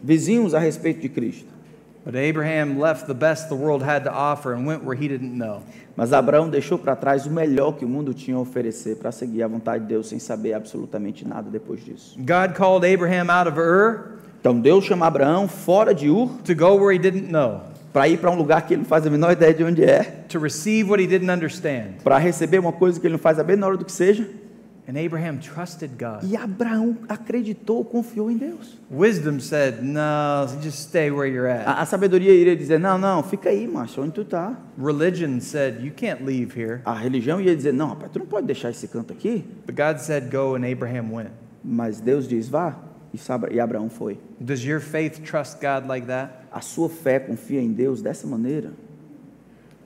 vizinhos a respeito de Cristo.
But Abraham left the best the world had to offer and went where he didn't know.
Mas Abraão deixou para trás o melhor que o mundo tinha a oferecer para seguir a vontade de Deus sem saber absolutamente nada depois disso.
God called Abraham out of Ur
Então Deus chama Abraão fora de Ur
to go where he didn't know,
para ir para um lugar que ele não faz a menor ideia de onde é,
to receive what he didn't understand.
para receber uma coisa que ele não faz a menor hora do que seja.
And Abraham trusted God.
E Abraão acreditou, confiou em Deus.
Wisdom said, No, just stay where you're at.
A, a sabedoria iria dizer: não, não, fica aí, macho, onde tu tá?
Religion said, You can't leave here.
A religião ia dizer: não, rapaz, tu não pode deixar esse canto aqui.
But God said, Go, and Abraham went.
Mas Deus diz: vá. E, Sabra- e Abraão foi.
Does your faith trust God like that?
A sua fé confia em Deus dessa maneira.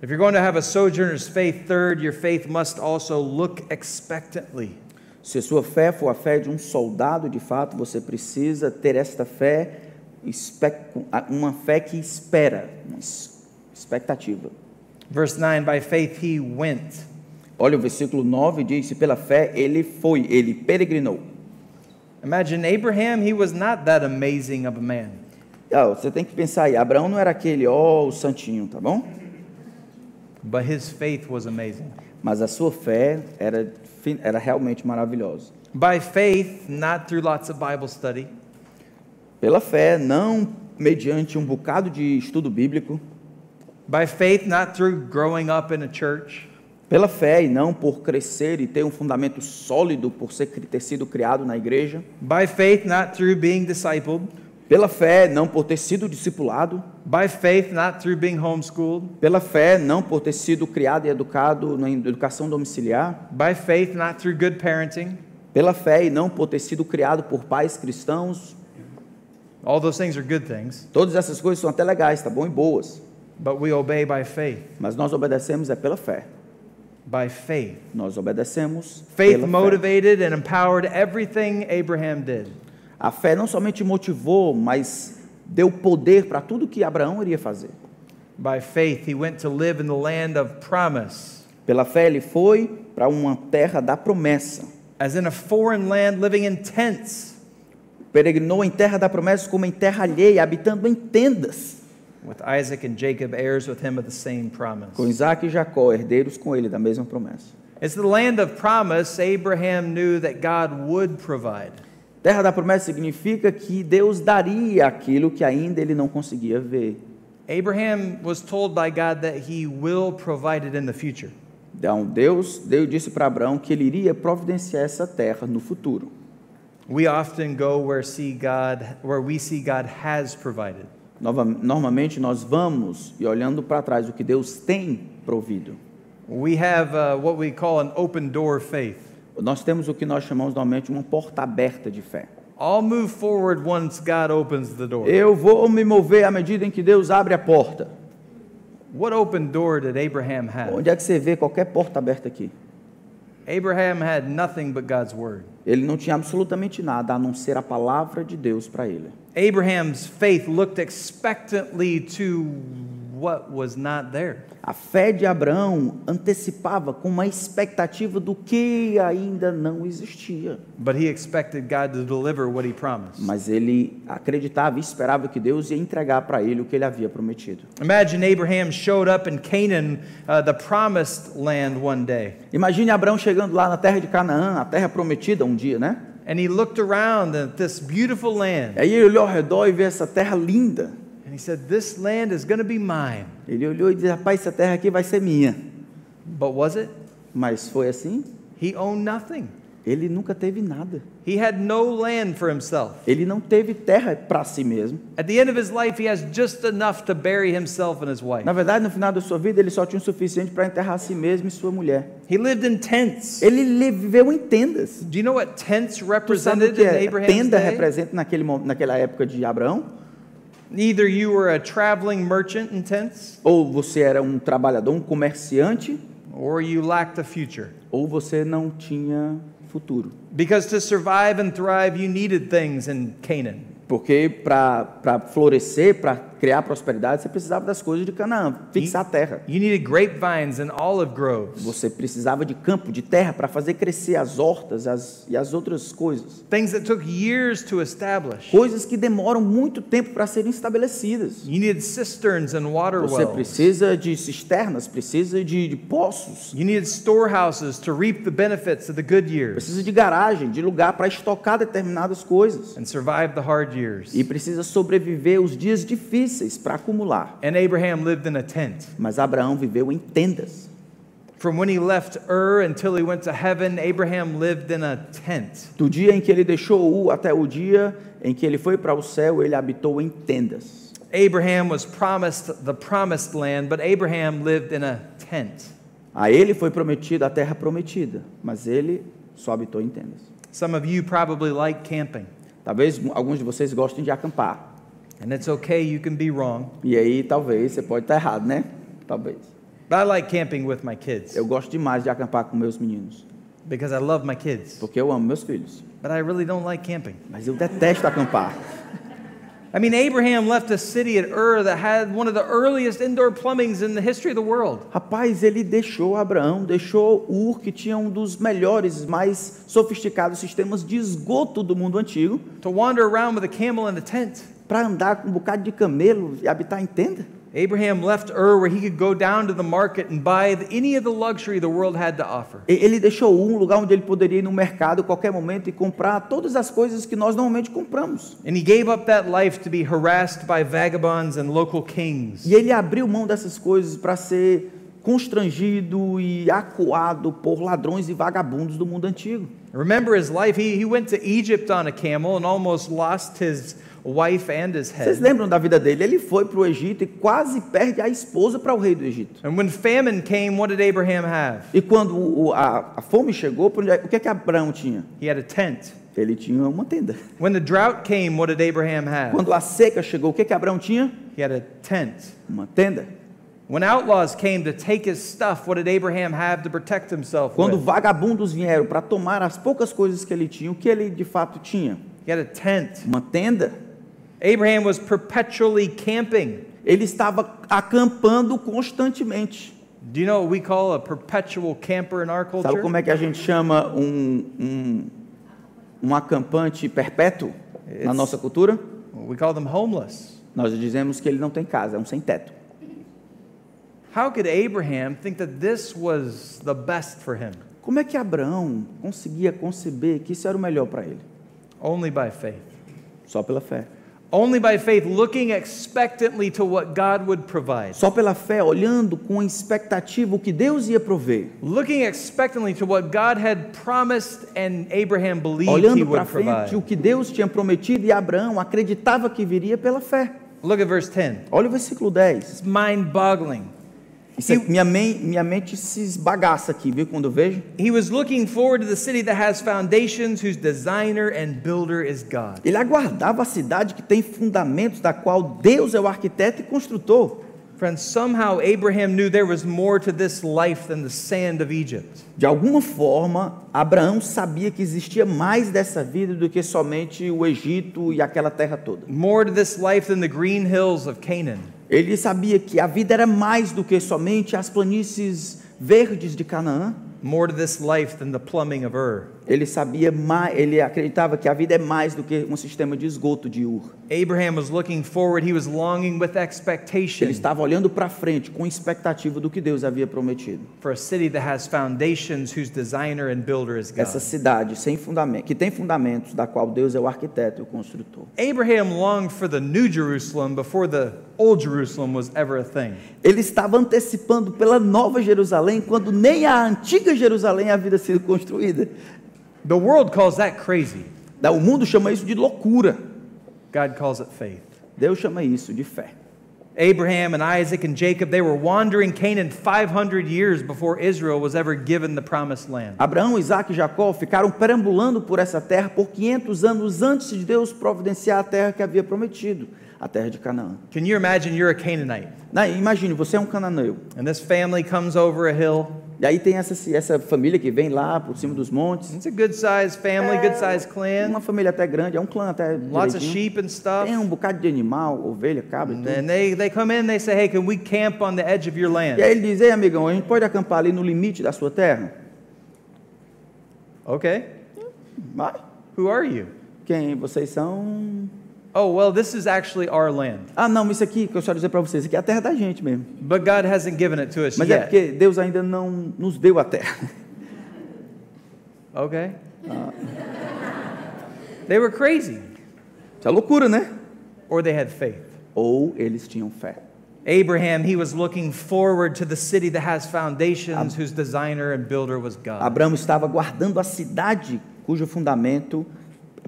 If you're going to have a sojourner's faith, third, your faith must also look expectantly.
Se sua fé for a fé de um soldado, de fato, você precisa ter esta fé, uma fé que espera, uma expectativa.
Verse 9 By faith he went.
Olha o versículo 9 diz: "E pela fé ele foi, ele peregrinou.
Imagine Abraham, he was not that amazing of a man.
Ah, você tem que pensar aí, Abraão não era aquele, ó, o santinho, tá bom?
But his faith was amazing.
Mas a sua fé era, fi- era realmente maravilhosa.
By faith, not through lots of Bible study,
Pela fé, não mediante um bocado de estudo bíblico,
by faith, not through growing up in a church,
pela fé e não por crescer e ter um fundamento sólido por ser, cri- ter sido criado na igreja,
by faith, not through being discipled,
pela fé, não por ter sido discipulado,
by faith, not through being homeschooled,
pela fé, não por ter sido criado e educado na in- educação domiciliar,
by faith, not through good parenting.
pela fé e não por ter sido criado por pais cristãos.
All those things are good things,
Todas essas coisas são até legais, tá bom? E boas.
but we obey by faith.
Mas nós obedecemos é pela fé.
By faith.
Nós obedecemos
Faith
pela fé.
motivated and empowered everything Abraham did.
A fé não somente motivou, mas deu poder para tudo que Abraão iria fazer.
By faith, he went to live in the land of promise,
Pela fé ele foi para uma terra da promessa.
as in a foreign land, living in tents
Peregrinou em terra da promessa como em terra alheia, habitando em tendas.
with Isaac and Jacob, heirs with him of the same promise.
Com Isaac e Jacó, herdeiros com ele da mesma promessa.
It's the land of promise Abraham knew that God would provide.
Terra da promessa significa que Deus daria aquilo que ainda ele não conseguia ver.
Abraham was told by God that he will provide it in the future.
Então, Deus, Deus disse para Abraão que ele iria providenciar essa terra no futuro.
We often go where see God where we see God has provided.
Nova- Normalmente nós vamos e olhando para trás o que Deus tem provido.
We have uh, what we call an open door faith.
Nós temos o que nós chamamos normalmente uma porta aberta de fé.
I'll move forward once God opens the door.
Eu vou me mover à medida em que Deus abre a porta.
What open door did Abraham have?
Onde é que você vê qualquer porta aberta aqui?
Abraham had nothing but God's word.
Ele não tinha absolutamente nada a não ser a palavra de Deus para ele.
Abraham's faith looked expectantly to what was not there.
A fé de Abraão antecipava com uma expectativa do que ainda não existia.
But he expected God to deliver what he promised.
Mas ele acreditava e esperava que Deus ia entregar para ele o que ele havia prometido.
Imagine Abraham showed up in Canaan, uh, the promised land, one day,
Imagine Abraão chegando lá na terra de Canaã, a terra prometida um dia, né?
and he looked around at this beautiful land,
Aí ele olhou ao redor e viu essa terra linda.
and he said, This land is going to be mine.
Ele olhou e disse: Rapaz, essa terra aqui vai ser minha.
But was it?
Mas foi assim?
He owned nothing.
Ele nunca teve nada.
He had no land for himself.
Ele não teve terra para si mesmo.
At the end of his life, he has just enough to bury himself and his wife.
Na verdade, no final da sua vida, ele só tinha o suficiente para enterrar a si mesmo e sua mulher.
He lived in tents.
Ele li- viveu em tendas.
Do you know what tents
Tu sabe o
represented
que
in
é?
Abraham's
tenda
day?
representa naquele, mo- naquela época de Abraão?
Either you were a traveling merchant in tents,
Ou você era um trabalhador, um comerciante,
or you lacked a future.
ou você não tinha futuro.
Because to survive and thrive, you needed things in Canaan.
Porque para florescer, para criar prosperidade, você precisava das coisas de Canaã, fixar a terra.
You needed grapevines and olive groves,
Você precisava de campo, de terra, para fazer crescer as hortas as- e as outras coisas.
things that took years to establish.
Coisas que demoram muito tempo para serem estabelecidas.
You needed cisterns and water
Você
wells.
precisa de cisternas, precisa de, de poços,
You needed storehouses to reap the benefits of the good years
precisa de garagem, de lugar para estocar determinadas coisas.
and survive the hard years.
E precisa sobreviver os dias difíceis para acumular.
And Abraham lived in a tent.
Mas Abraão viveu em tendas.
From when he left Ur until he went to heaven, Abraham lived in a tent.
Do dia em que ele deixou U até o dia em que ele foi para o céu, ele habitou em tendas.
Abraham was promised the promised land, but Abraham lived in a tent.
A ele foi prometida a terra prometida, mas ele só habitou em tendas.
Some of you probably like camping,
Talvez mu- alguns de vocês gostem de acampar.
and it's okay, you can be wrong.
E aí, talvez, você pode estar errado, né? Talvez.
But I like camping with my kids.
Eu gosto demais de acampar com meus meninos.
because I love my kids,
porque eu amo meus filhos.
but I really don't like camping.
Mas eu detesto acampar.
I mean, Abraham left a city at Ur that had one of the earliest indoor plumbings in the history of the world.
Rapaz, ele deixou Abraão, deixou Ur, que tinha um dos melhores, mais sofisticados sistemas de esgoto do mundo antigo,
To wander around with a camel and a tent.
para andar com um bocado de camelo e habitar em tenda.
Abraham left Ur where he could go down to the market and buy the- any of the luxury the world had to offer.
E- Ele deixou Ur um lugar onde ele poderia ir no mercado a qualquer momento e comprar todas as coisas que nós normalmente compramos.
And he gave up that life to be harassed by vagabonds and local kings.
E ele abriu mão dessas coisas para ser constrangido e acuado por ladrões e vagabundos do mundo antigo.
Remember his life? He, he went to Egypt on a camel and almost lost his wife and his
Vocês
head.
lembram da vida dele? Ele foi para o Egito e quase perde a esposa para o rei do Egito.
And when famine came, what did Abraham have?
E quando o- o- a, a fome chegou, por onde é- o que é que Abraão tinha?
He had a tent.
Ele tinha uma tenda.
When the drought came, what did Abraham have?
Quando a seca chegou, o que é que Abraão tinha?
He had a tent.
Uma tenda.
When outlaws came to take his stuff, what did Abraham have to protect himself
Quando
with?
vagabundos vieram para tomar as poucas coisas que ele tinha, o que ele de fato tinha?
He had a tent.
Uma tenda.
Abraham was perpetually camping.
Ele estava acampando constantemente.
Do you know what we call a perpetual camper in our
Sabe
culture?
como é que a gente chama um, um, um acampante perpétuo na
It's-
nossa cultura?
We call them homeless.
Nós dizemos que ele não tem casa, é um sem teto.
How could Abraham think that this was the best for him?
Como é que Abraão conseguia conceber que isso era o melhor para ele?
Only by faith.
Só pela fé.
Only by faith, looking expectantly to what God would provide.
Só pela fé, olhando com expectativa o que Deus ia prover.
Looking expectantly to what God had promised and Abraham believed he
Olhando para
would
frente o
provide.
que Deus tinha prometido e Abraão acreditava que viria pela fé.
Look at verse 10.
Olha o versículo 10.
It's mind boggling.
Isso aqui- minha, men- minha mente se esbagaça aqui, viu, quando eu vejo?
He was looking forward to the city that has foundations, whose designer and builder is God.
Ele aguardava a cidade que tem fundamentos, da qual Deus é o arquiteto e construtor.
Friends, somehow Abraham knew there was more to this life than the sand of Egypt.
De alguma forma, Abraão sabia que existia mais dessa vida do que somente o Egito e aquela terra toda.
More to this life than the green hills of Canaan.
Ele sabia que a vida era mais do que somente as planícies verdes de Canaã.
More to this life than the plumbing of Ur.
Ele sabia mais, ele acreditava que a vida é mais do que um sistema de esgoto de Ur.
Abraham was looking forward. He was longing with
Ele
expectation
estava olhando para frente com expectativa do que Deus havia prometido.
for a city that has foundations, whose designer and builder is God.
Essa cidade sem fundamento, que tem fundamentos, da qual Deus é o arquiteto e o construtor.
Abraham longed for the new Jerusalem before the old Jerusalem was ever a thing.
Ele estava antecipando pela nova Jerusalém quando nem a antiga Jerusalém havia sido construída.
The world calls that crazy.
Da- O mundo chama isso de loucura.
God calls it faith.
Deus chama isso de fé.
Abraham and Isaac and Jacob, they were wandering Canaan 500 years before Israel was ever given the promised land.
Abraão, Isaac e Jacó ficaram perambulando por essa terra por 500 anos antes de Deus providenciar a terra que havia prometido, a terra de Canaã.
Can you imagine you're a Canaanite
Na- Imagine, você é um cananeu,
and this family comes over a hill?
e aí tem essa, essa família que vem lá por cima dos montes,
It's a good sized family, good sized clan,
uma família até grande, é um clã até
lots of
direitinho.
sheep and stuff.
tem um bocado de animal, ovelha, cabra e
And
tudo.
then they, they come in, they say, hey, can we camp on the edge of your
E
land?
aí ele diz, ei amigão, a gente pode acampar ali no limite da sua terra?
Okay.
Vai.
Who are you?
Quem vocês são?
Oh, well, this is actually our land,
Ah não, isso aqui que eu só dizer para vocês, isso aqui é a terra da gente mesmo.
but God hasn't given it to us
Mas é
yet.
porque Deus ainda não nos deu a terra. (laughs)
Okay. Uh, (laughs) they were crazy,
Isso é loucura, né?
or they had faith.
ou eles tinham fé.
Abraham, he was looking forward to the city that has foundations, whose designer and builder was God.
Abraão estava guardando a cidade cujo fundamento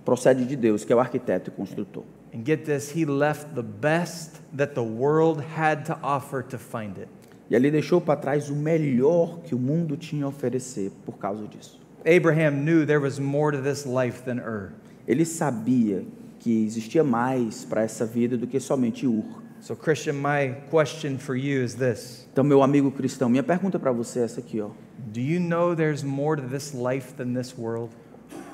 procede de Deus, que é o arquiteto e construtor.
And get this, he left the best that the world had to offer to find it.
E ele deixou para trás o melhor que o mundo tinha a oferecer por causa disso.
Abraham knew there was more to this life than Ur.
Ele sabia que existia mais para essa vida do que somente Ur.
So, Christian, my question for you is this
Então, meu amigo cristão, minha pergunta para você é essa aqui, ó.
Do you know there's more to this life than this world?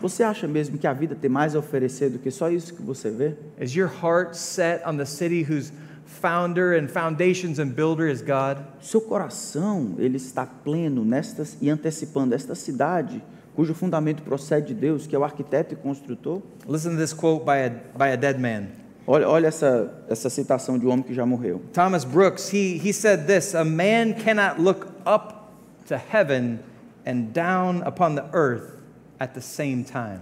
Você acha mesmo que a vida tem mais a oferecer do que só isso que você vê?
Is your heart set on the city whose founder and foundations and builder is God?
Seu coração, ele está pleno nestas e antecipando esta cidade cujo fundamento procede de Deus, que é o arquiteto e construtor?
Listen to this quote by a, by a dead man.
Olha, olha essa, essa citação de um homem que já morreu.
Thomas Brooks, he, he said this A man cannot look up to heaven and down upon the earth at the same time.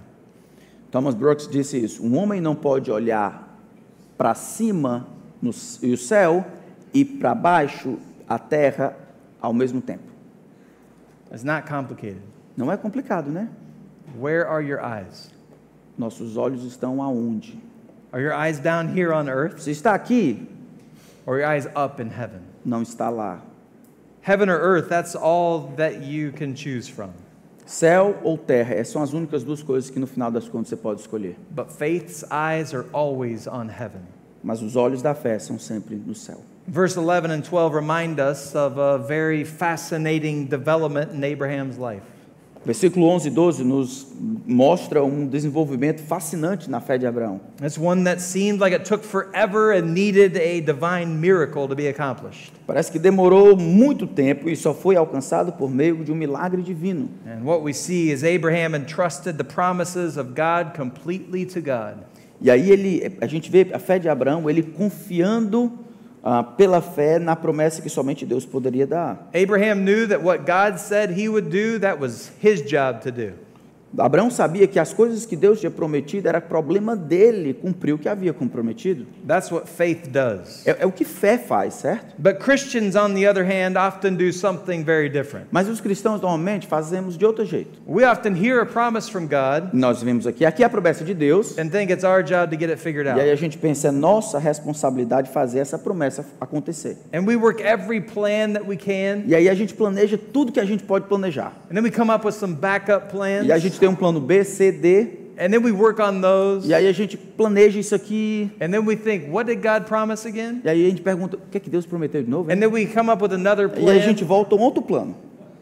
Thomas Brooks disse isso: um homem não pode olhar para cima no, c- e o céu e para baixo a terra ao mesmo tempo.
It's not complicated.
Não é complicado, né?
Where are your eyes?
Nossos olhos estão aonde?
Are your eyes down here on earth
Se está aqui,
or are your eyes up in heaven?
não está lá.
Heaven or earth, that's all that you can choose from.
Céu ou terra, essas são as únicas duas coisas que no final das contas você pode escolher.
But faith's eyes are always on heaven.
Mas os olhos da fé são sempre no céu.
Verse 11 and 12 remind us of a very fascinating development in Abraham's life.
Versículo 11 e 12 nos mostra um desenvolvimento fascinante na fé de Abraão.
It's one that seemed like it took forever and needed a divine miracle to be accomplished.
Parece que demorou muito tempo e só foi alcançado por meio de um milagre divino.
And what we see is Abraham entrusted the promises of God completely to God.
E aí ele, a gente vê a fé de Abraão, ele confiando ah, pela fé na promessa que somente Deus poderia dar.
Abraham knew that what God said he would do, that was his job to do.
Abraão sabia que as coisas que Deus tinha prometido era problema dele cumprir o que havia comprometido.
That's what faith does.
É, é o que fé faz, certo?
But Christians, on the other hand, often do something very different.
Mas os cristãos normalmente fazemos de outro jeito.
We often hear a promise from God
Nós vimos aqui, aqui é a promessa de Deus.
and think it's our job to get it figured
E
out.
aí a gente pensa, é nossa responsabilidade fazer essa promessa acontecer.
And we work every plan that we can,
E aí a gente planeja tudo que a gente pode planejar.
and then we come up with some backup plans,
E a gente tem um plano B, C, D.
and then we work on those,
E aí a gente planeja isso aqui.
and then we think, what did God promise again?
E aí a gente pergunta, o que é que Deus prometeu de novo? hein?
And then we come up with another
E aí a
plan.
gente volta a um outro plano.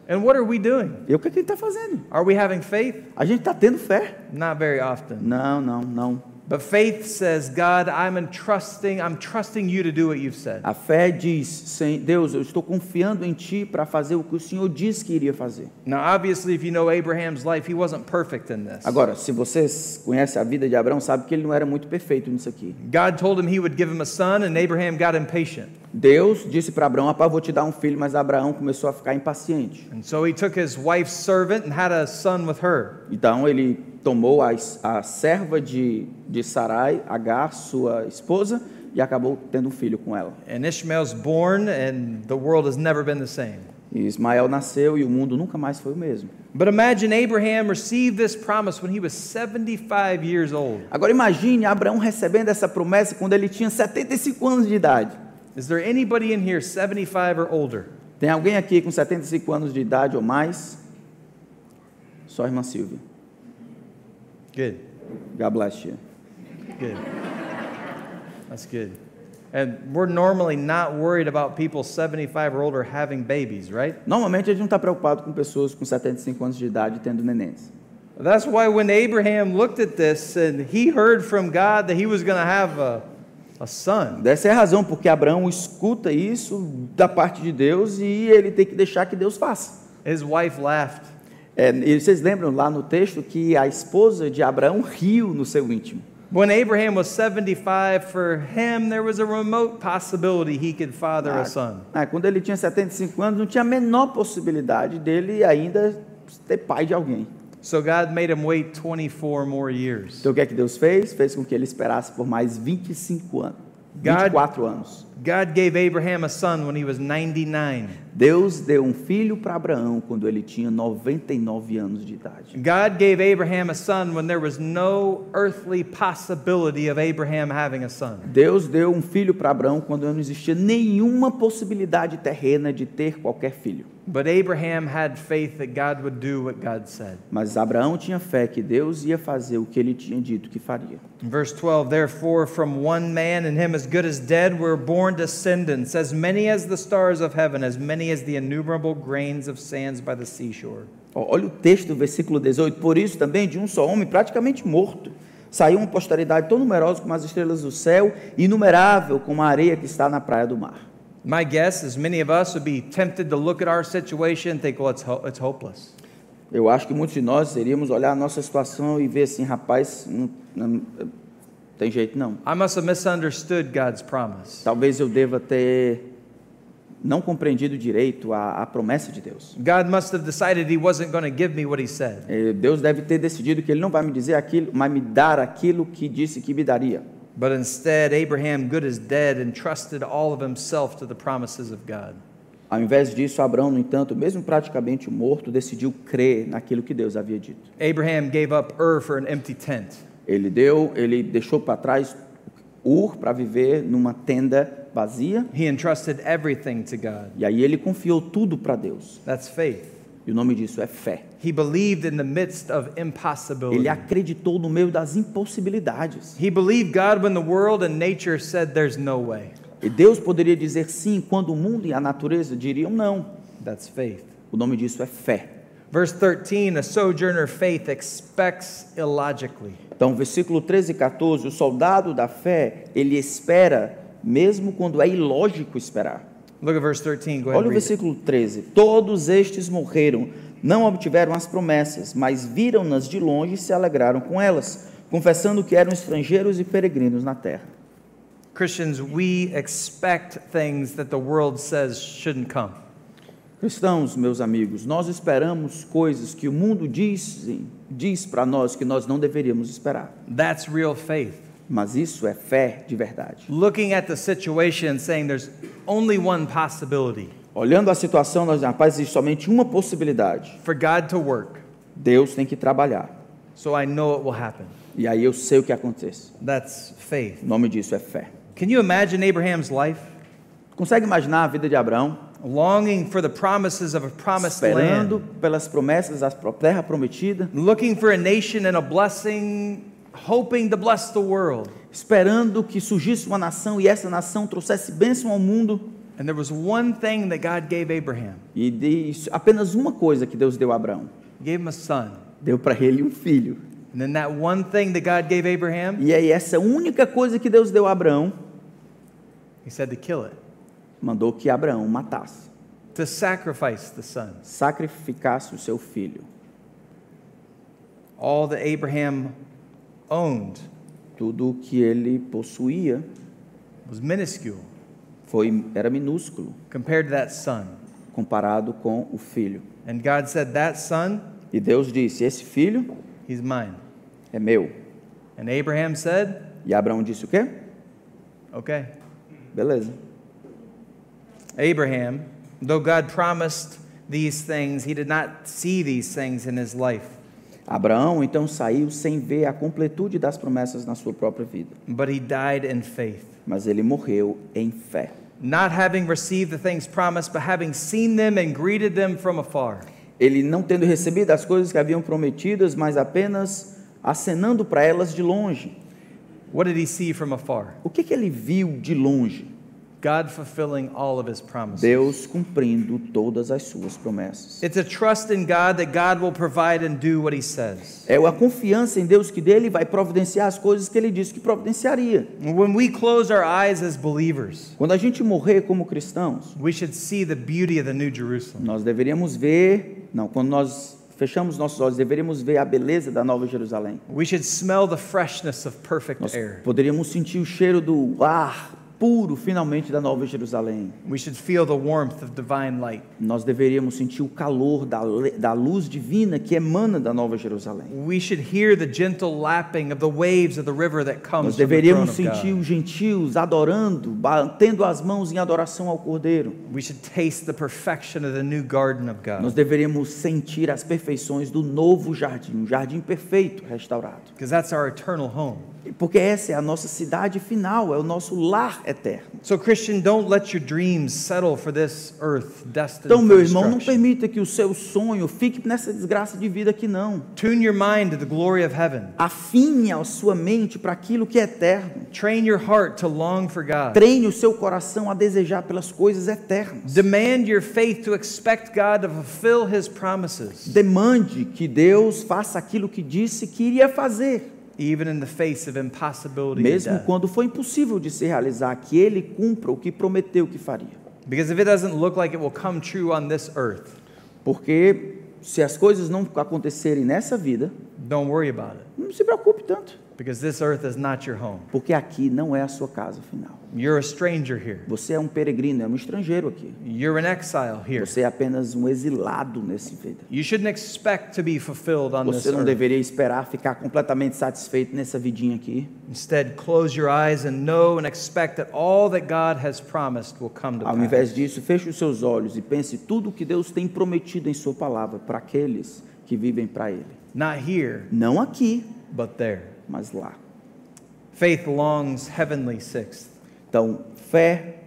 And what are we doing?
E o que é que ele está fazendo?
Are we having faith?
A gente está tendo fé?
Not very often.
Não, não, não.
But faith says, God, I'm entrusting, I'm trusting you to do what you've said.
A fé diz, "Sem- Deus, eu estou confiando em Ti para fazer o que o Senhor disse que iria fazer.
Now, obviously, if you know Abraham's life, he wasn't perfect in this.
Agora, se vocês conhecem a vida de Abraão, sabe que ele não era muito perfeito nisso aqui.
God told him he would give him a son, and Abraham got impatient.
Deus disse para Abraão, rapaz, vou te dar um filho, mas Abraão começou a ficar impaciente.
And so he took his wife's servant and had a son with her.
Então ele tomou a, a serva de, de Sarai, Agar, sua esposa, e acabou tendo um filho com ela.
And Ishmael's born, and the world has never been the same.
E Ismael nasceu e o mundo nunca mais foi o mesmo.
But imagine Abraham received this promise when he was 75 years old.
Agora imagine Abraão recebendo essa promessa quando ele tinha 75 anos de idade.
Is there anybody in here 75 or older?
Tem alguém aqui com 75 anos de idade ou mais? Só a irmã Silvia.
Good,
God bless you.
good. That's good. And we're normally not worried about people 75 or older having babies, right?
Normalmente a gente não está preocupado com pessoas com 75 anos de idade tendo nenéns.
That's why when Abraham looked at this and he heard from God that he was going to have a, a son,
Dessa é a razão porque Abraão escuta isso da parte de Deus e ele tem que deixar que Deus faça.
his wife laughed.
É, e vocês lembram lá no texto que a esposa de Abraão riu no seu íntimo.
When Abraham was 75, for him there was a remote possibility he could father a son.
Ah, quando ele tinha 75 anos, não tinha a menor possibilidade dele ainda ter pai de alguém.
So God made him wait 24 more years.
Então o que é que Deus fez? Fez com que ele esperasse por mais 25 anos.
God-
24 anos.
God gave Abraham a son when he was 99.
Deus deu um filho para Abraão quando ele tinha 99 anos de idade.
God gave Abraham a son when there was no earthly possibility of Abraham having a son.
Deus deu um filho para Abraão quando não existia nenhuma possibilidade terrena de ter qualquer filho.
But Abraham had faith that God would do what God said.
Mas Abraão tinha fé que Deus ia fazer o que ele tinha dito que faria.
In verse 12, therefore, from one man and him as good as dead were born descendants, as many as the stars of heaven, as many as the innumerable grains of sands by the seashore.
Ó, Olha o texto do versículo 18. Por isso também de um só homem, praticamente morto, saiu uma posteridade tão numerosa como as estrelas do céu, inumerável como a areia que está na praia do mar.
My guess is many of us would be tempted to look at our situation and think, well, it's, ho- it's hopeless.
Eu acho que muitos de nós iríamos olhar a nossa situação e ver assim, rapaz, não, não- tem jeito não.
I must have misunderstood God's promise.
Talvez eu deva ter não compreendido direito a, a promessa de Deus.
God must have decided He wasn't going to give me what He said.
Eh, Deus deve ter decidido que Ele não vai me dizer aquilo, mas me dar aquilo que disse que me daria.
But instead, Abraham, good as dead, entrusted all of himself to the promises of God.
Ao invés disso, Abraão, no entanto, mesmo praticamente morto, decidiu crer naquilo que Deus havia dito.
Abraham gave up Ur for an empty tent.
Ele deu, ele deixou para trás Ur para viver numa tenda vazia,
He entrusted everything to God.
e aí ele confiou tudo para Deus.
That's faith.
E o nome disso é fé.
He believed in the midst of
Ele
impossibility.
acreditou no meio das impossibilidades.
He believed God when the world and nature said there's no way.
E Deus poderia dizer sim quando o mundo e a natureza diriam não.
That's faith.
O nome disso é fé.
Verse 13 a sojourner faith expects illogically.
Então, versículo 13 e 14, o soldado da fé, ele espera mesmo quando é ilógico esperar.
Look at verse 13. Go ahead. and
Olha o
read it.
versículo 13. Todos estes morreram, não obtiveram as promessas, mas viram-nas de longe e se alegraram com elas, confessando que eram estrangeiros e peregrinos na terra.
Christians, we expect things that the world says shouldn't come.
Cristãos, meus amigos, nós esperamos coisas que o mundo diz, diz para nós que nós não deveríamos esperar.
That's real faith.
Mas isso é fé de verdade.
Looking at the situation and saying there's only one possibility
Olhando a situação, nós, rapaz, existe somente uma possibilidade.
for God to work,
Deus tem que trabalhar.
so I know it will happen.
E aí eu sei o que acontece.
That's faith.
O nome disso é fé.
Can you imagine Abraham's life?
Consegue imaginar a vida de Abraão?
Longing for the promises of a promised
esperando
land,
pelas promessas da pro- terra prometida,
looking for a nation and a blessing, hoping to bless the world.
esperando que surgisse uma nação e essa nação trouxesse bênção ao mundo.
And there was one thing that God gave Abraham.
E de- isso- apenas uma coisa que Deus deu a Abraão:
He gave him a son.
deu para ele um filho.
And then that one thing that God gave Abraham,
E aí, essa única coisa que Deus deu a Abraão,
he said to kill it,
mandou que Abraão matasse,
to sacrifice the son.
sacrificasse o seu filho.
All that Abraham owned
Tudo o que ele possuía
was minuscule
foi, era minúsculo
compared to that son.
comparado com o filho.
And God said, That son,
E Deus disse: Esse filho
he's mine.
é meu.
And Abraham said,
E Abraão disse o quê?
Okay.
Beleza.
Abraham, though God promised these things, he did not see these things in his life,
Abraão então saiu sem ver a completude das promessas na sua própria vida,
but he died in faith.
mas ele morreu em fé,
Not having received the things promised, but having seen them and greeted them from afar.
ele não tendo recebido as coisas que haviam prometidas, mas apenas acenando para elas de longe.
What did he see from afar?
O que, que ele viu de longe?
God fulfilling all of his promises.
Deus cumprindo todas as suas promessas.
It's a trust in God that God will provide and do what he says.
É a confiança em Deus que dele vai providenciar as coisas que ele disse que providenciaria.
When we close our eyes as believers,
Quando a gente morrer como cristãos,
we should see the beauty of the New Jerusalem.
nós deveríamos ver, não, quando nós fechamos nossos olhos, deveríamos ver a beleza da Nova Jerusalém.
We should smell the freshness of perfect
Nós
air.
poderíamos sentir o cheiro do ar puro finalmente da Nova Jerusalém.
We should feel the warmth of divine light.
Nós deveríamos sentir o calor da, le- da luz divina que emana da Nova Jerusalém.
We should hear the gentle lapping of the waves of the river that comes
Nós
from the throne
deveríamos
of
sentir
God.
os gentios adorando, batendo as mãos em adoração ao Cordeiro.
We should taste the perfection of the new garden of God.
Nós deveríamos sentir as perfeições do novo jardim, um jardim perfeito restaurado.
Because that's our eternal home.
Porque essa é a nossa cidade final, é o nosso lar eterno.
So, Christian, don't let your dreams settle for this earth destined
Então,
for
meu irmão, não
destruction.
permita que o seu sonho fique nessa desgraça de vida aqui, não.
Tune your mind to the glory of heaven.
Afine a sua mente para aquilo que é eterno.
Train your heart to long for God.
Treine o seu coração a desejar pelas coisas eternas.
Demand your faith to expect God to fulfill his promises,
Demande que Deus faça aquilo que disse que iria fazer,
even in the face of impossibility and
mesmo
death.
quando for impossível de se realizar, que ele cumpra o que prometeu que faria.
Because if it doesn't look like it will come true on this earth,
Porque se as coisas não acontecerem nessa vida,
don't worry about it.
não se preocupe tanto,
Because this earth is not your home.
porque aqui não é a sua casa final.
You're a stranger here.
Você é um peregrino, é um estrangeiro aqui.
You're in exile here.
Você é apenas um exilado nesse vida.
You shouldn't expect to be fulfilled on this
Você não
earth.
deveria esperar ficar completamente satisfeito nessa vidinha aqui.
Instead, close your eyes and know and expect that all that God has promised will come to
Ao
pass.
invés disso, feche os seus olhos e pense tudo o que Deus tem prometido em sua palavra para aqueles que vivem para ele.
Not here,
Não aqui,
but there.
mas lá.
Faith longs heavenly sixth.
Então, fé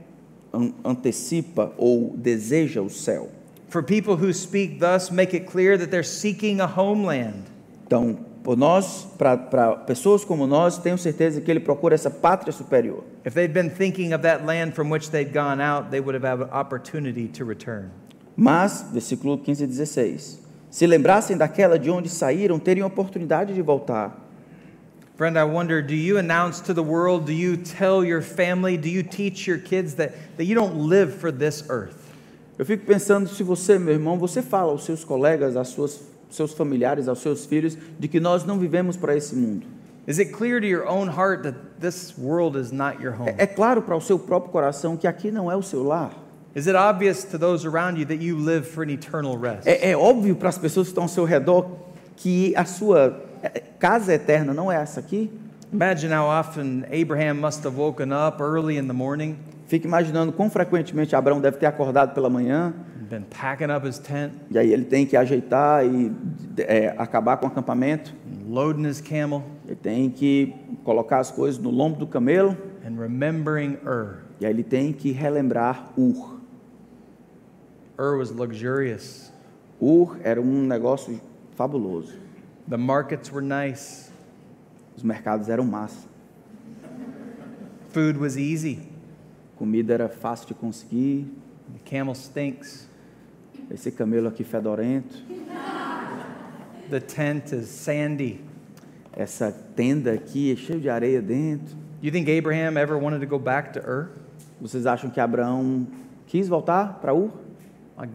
an- antecipa ou deseja o céu.
For people who speak thus, make it clear that they're seeking a homeland.
Então, por nós, para pessoas como nós, tenho certeza que ele procura essa pátria superior.
If they'd been thinking of that land from which they'd gone out, they would have had an opportunity to return.
Mas, versículo 15 e 16. Se lembrassem daquela de onde saíram, teriam oportunidade de voltar.
Friend, I wonder do you announce to the world, do you tell your family, do you teach your kids that, that you don't live for this earth?
Eu fico pensando se você, meu irmão, você fala aos seus colegas, aos suas, seus familiares, aos seus filhos, de que nós não vivemos para esse mundo.
Is it clear to your own heart that this world is not your home?
É, é claro para o seu próprio coração que aqui não é o seu lar.
Is it obvious to those around you that you live for an eternal rest?
É, é óbvio para as pessoas que estão ao seu redor que a sua é, casa eterna não é essa aqui.
Imagine how often Abraham must have woken up early in the morning
Fico imaginando quão frequentemente Abraão deve ter acordado pela manhã,
and been packing up his tent,
e aí ele tem que ajeitar e é, acabar com o acampamento,
and loading his camel,
ele tem que colocar as coisas no lombo do camelo,
and remembering Ur.
e aí ele tem que relembrar Ur.
Ur was luxurious.
Ur era um negócio fabuloso.
The markets were nice.
Os mercados eram massa.
Food was easy.
Comida era fácil de conseguir.
The camel stinks.
Esse camelo aqui fedorento.
The tent is sandy.
Essa tenda aqui é cheia de areia dentro.
You think Abraham ever wanted to go back to Ur?
Vocês acham que Abraão quis voltar para Ur?
I,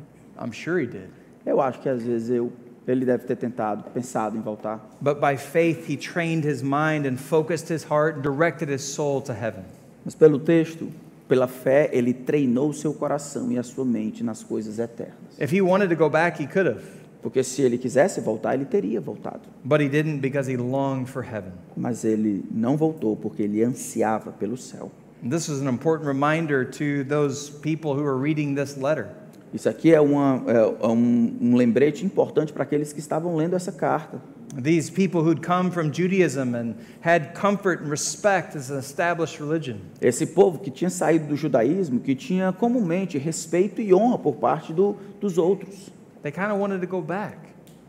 I'm sure he did.
Eu acho que às vezes eu, ele deve ter tentado, pensado em voltar.
But by faith, he trained his mind and focused his heart and directed his soul to heaven.
Mas pelo texto, pela fé, ele treinou o seu coração e a sua mente nas coisas eternas.
If he wanted to go back, he could have.
Porque se ele quisesse voltar, ele teria voltado.
But he didn't because he longed for heaven.
Mas ele não voltou porque ele ansiava pelo céu.
And this is an important reminder to those people who are reading this letter.
Isso aqui é, uma, é- é um, um lembrete importante para aqueles que estavam lendo essa carta.
These people who'd come from Judaism and had comfort and respect as an established religion.
Esse povo que tinha saído do judaísmo, que tinha comumente respeito e honra por parte do, dos outros.
They kind of wanted to go back.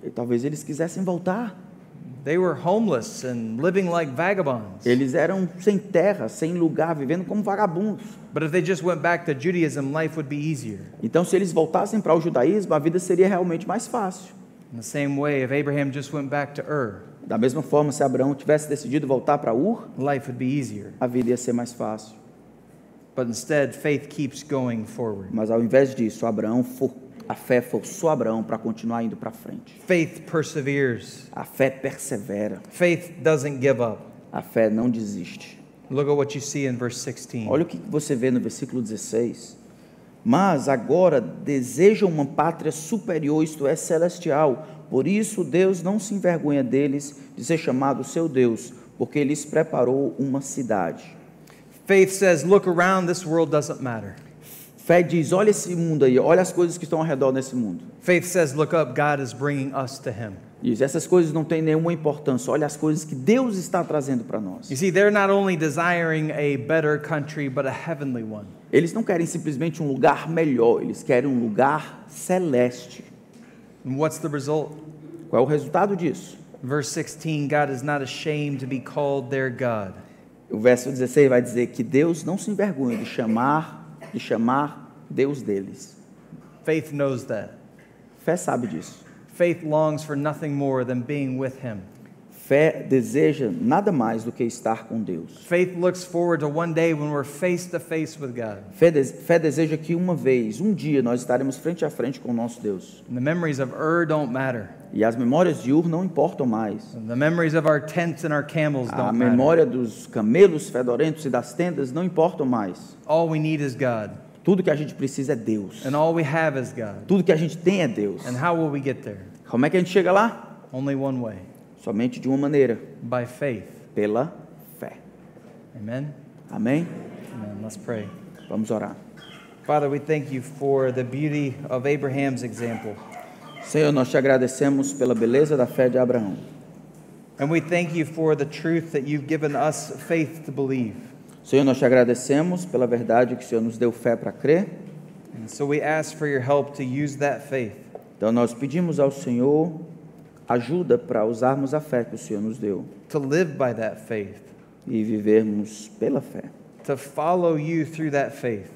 E talvez eles quisessem voltar.
They were homeless and living like vagabonds.
Eles eram sem terra, sem lugar, vivendo como vagabundos.
But if they just went back to Judaism, life would be easier.
Então, se eles voltassem para o judaísmo, a vida seria realmente mais fácil.
In the same way, if Abraham just went back to Ur,
Da mesma forma, se Abraão tivesse decidido voltar para Ur,
life would be easier.
a vida ia ser mais fácil.
But instead, faith keeps going forward.
Mas ao invés disso, Abraão for- a fé forçou Abraão para continuar indo para frente.
Faith perseveres.
A fé persevera.
Faith doesn't give up.
A fé não desiste.
Look at what you see in verse 16.
Olha o que você vê no versículo 16. Mas agora desejam uma pátria superior, isto é, celestial. Por isso Deus não se envergonha deles de ser chamado seu Deus, porque lhes preparou uma cidade.
Faith says, look around, this world doesn't matter.
Fé diz: olha esse mundo aí, olha as coisas que estão ao redor desse mundo.
Faith says, look up, God is bringing us to Him.
Diz: essas coisas não têm nenhuma importância, olha as coisas que Deus está trazendo para nós.
You see, they're not only desiring a better country, but a heavenly one.
Eles não querem simplesmente um lugar melhor, eles querem um lugar celeste.
And what's the result?
Qual é o resultado disso?
Verse 16 God is not ashamed to be called their God.
O verso 16 vai dizer que Deus não se envergonha de chamar, de chamar Deus deles.
Faith knows that.
Fé sabe disso.
Faith longs for nothing more than being with Him.
Fé deseja nada mais do que estar com Deus.
Faith looks forward to one day when we're face to face with God.
Fé, des- fé deseja que uma vez, um dia, nós estaremos frente a frente com o nosso Deus.
And the memories of Ur don't matter.
E as memórias de Ur não importam mais.
And the memories of our tents and our camels
A
don't matter.
memória dos camelos fedorentos e das tendas não importam mais.
All we need is God.
Tudo que a gente precisa é Deus.
And all we have is God.
Tudo que a gente tem é Deus.
And how will we get there?
Como é que a gente chega lá?
Only one way
Somente de uma maneira,
by faith.
pela fé.
Amen?
Amém?
Amen. Let's pray.
Vamos orar.
Father, we thank you for the beauty of Abraham's example.
Senhor, nós te agradecemos pela beleza da fé de Abraão.
And we thank you for the truth that you've given us faith to believe.
Senhor, nós te agradecemos pela verdade que o Senhor nos deu fé para crer.
And so we ask for your help to use that faith
Então nós pedimos ao Senhor ajuda para usarmos a fé que o Senhor nos deu
to live by that faith,
e vivermos pela fé
to follow you through that faith,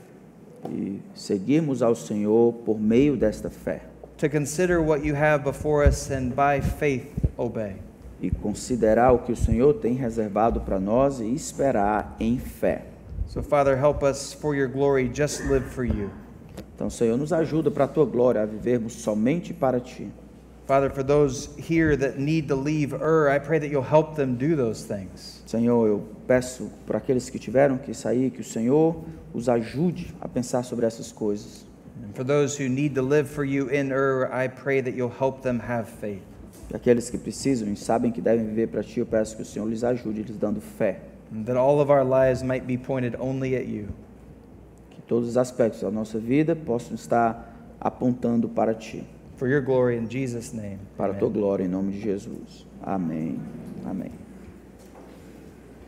e seguirmos ao Senhor por meio desta fé
to consider what you have before us and by faith obey.
e considerar o que o Senhor tem reservado para nós e esperar em fé.
So, Father, help us for your glory, just live for you.
Então, Senhor, nos ajuda para a tua glória a vivermos somente para ti.
Father, for those here that need to leave Ur, I pray that you'll help them do those things.
Senhor, eu peço para aqueles que tiveram que sair que o Senhor os ajude a pensar sobre essas coisas.
And for those who need to live for you in Ur, I pray that you'll help them have faith.
E aqueles que precisam e sabem que devem viver para ti, eu peço que o Senhor lhes ajude, lhes dando fé.
And that all of our lives might be pointed only at you.
Que todos os aspectos da nossa vida possam estar apontando para ti,
For your glory in Jesus' name.
para a
Amen.
tua glória, em nome de Jesus. Amém. Amém.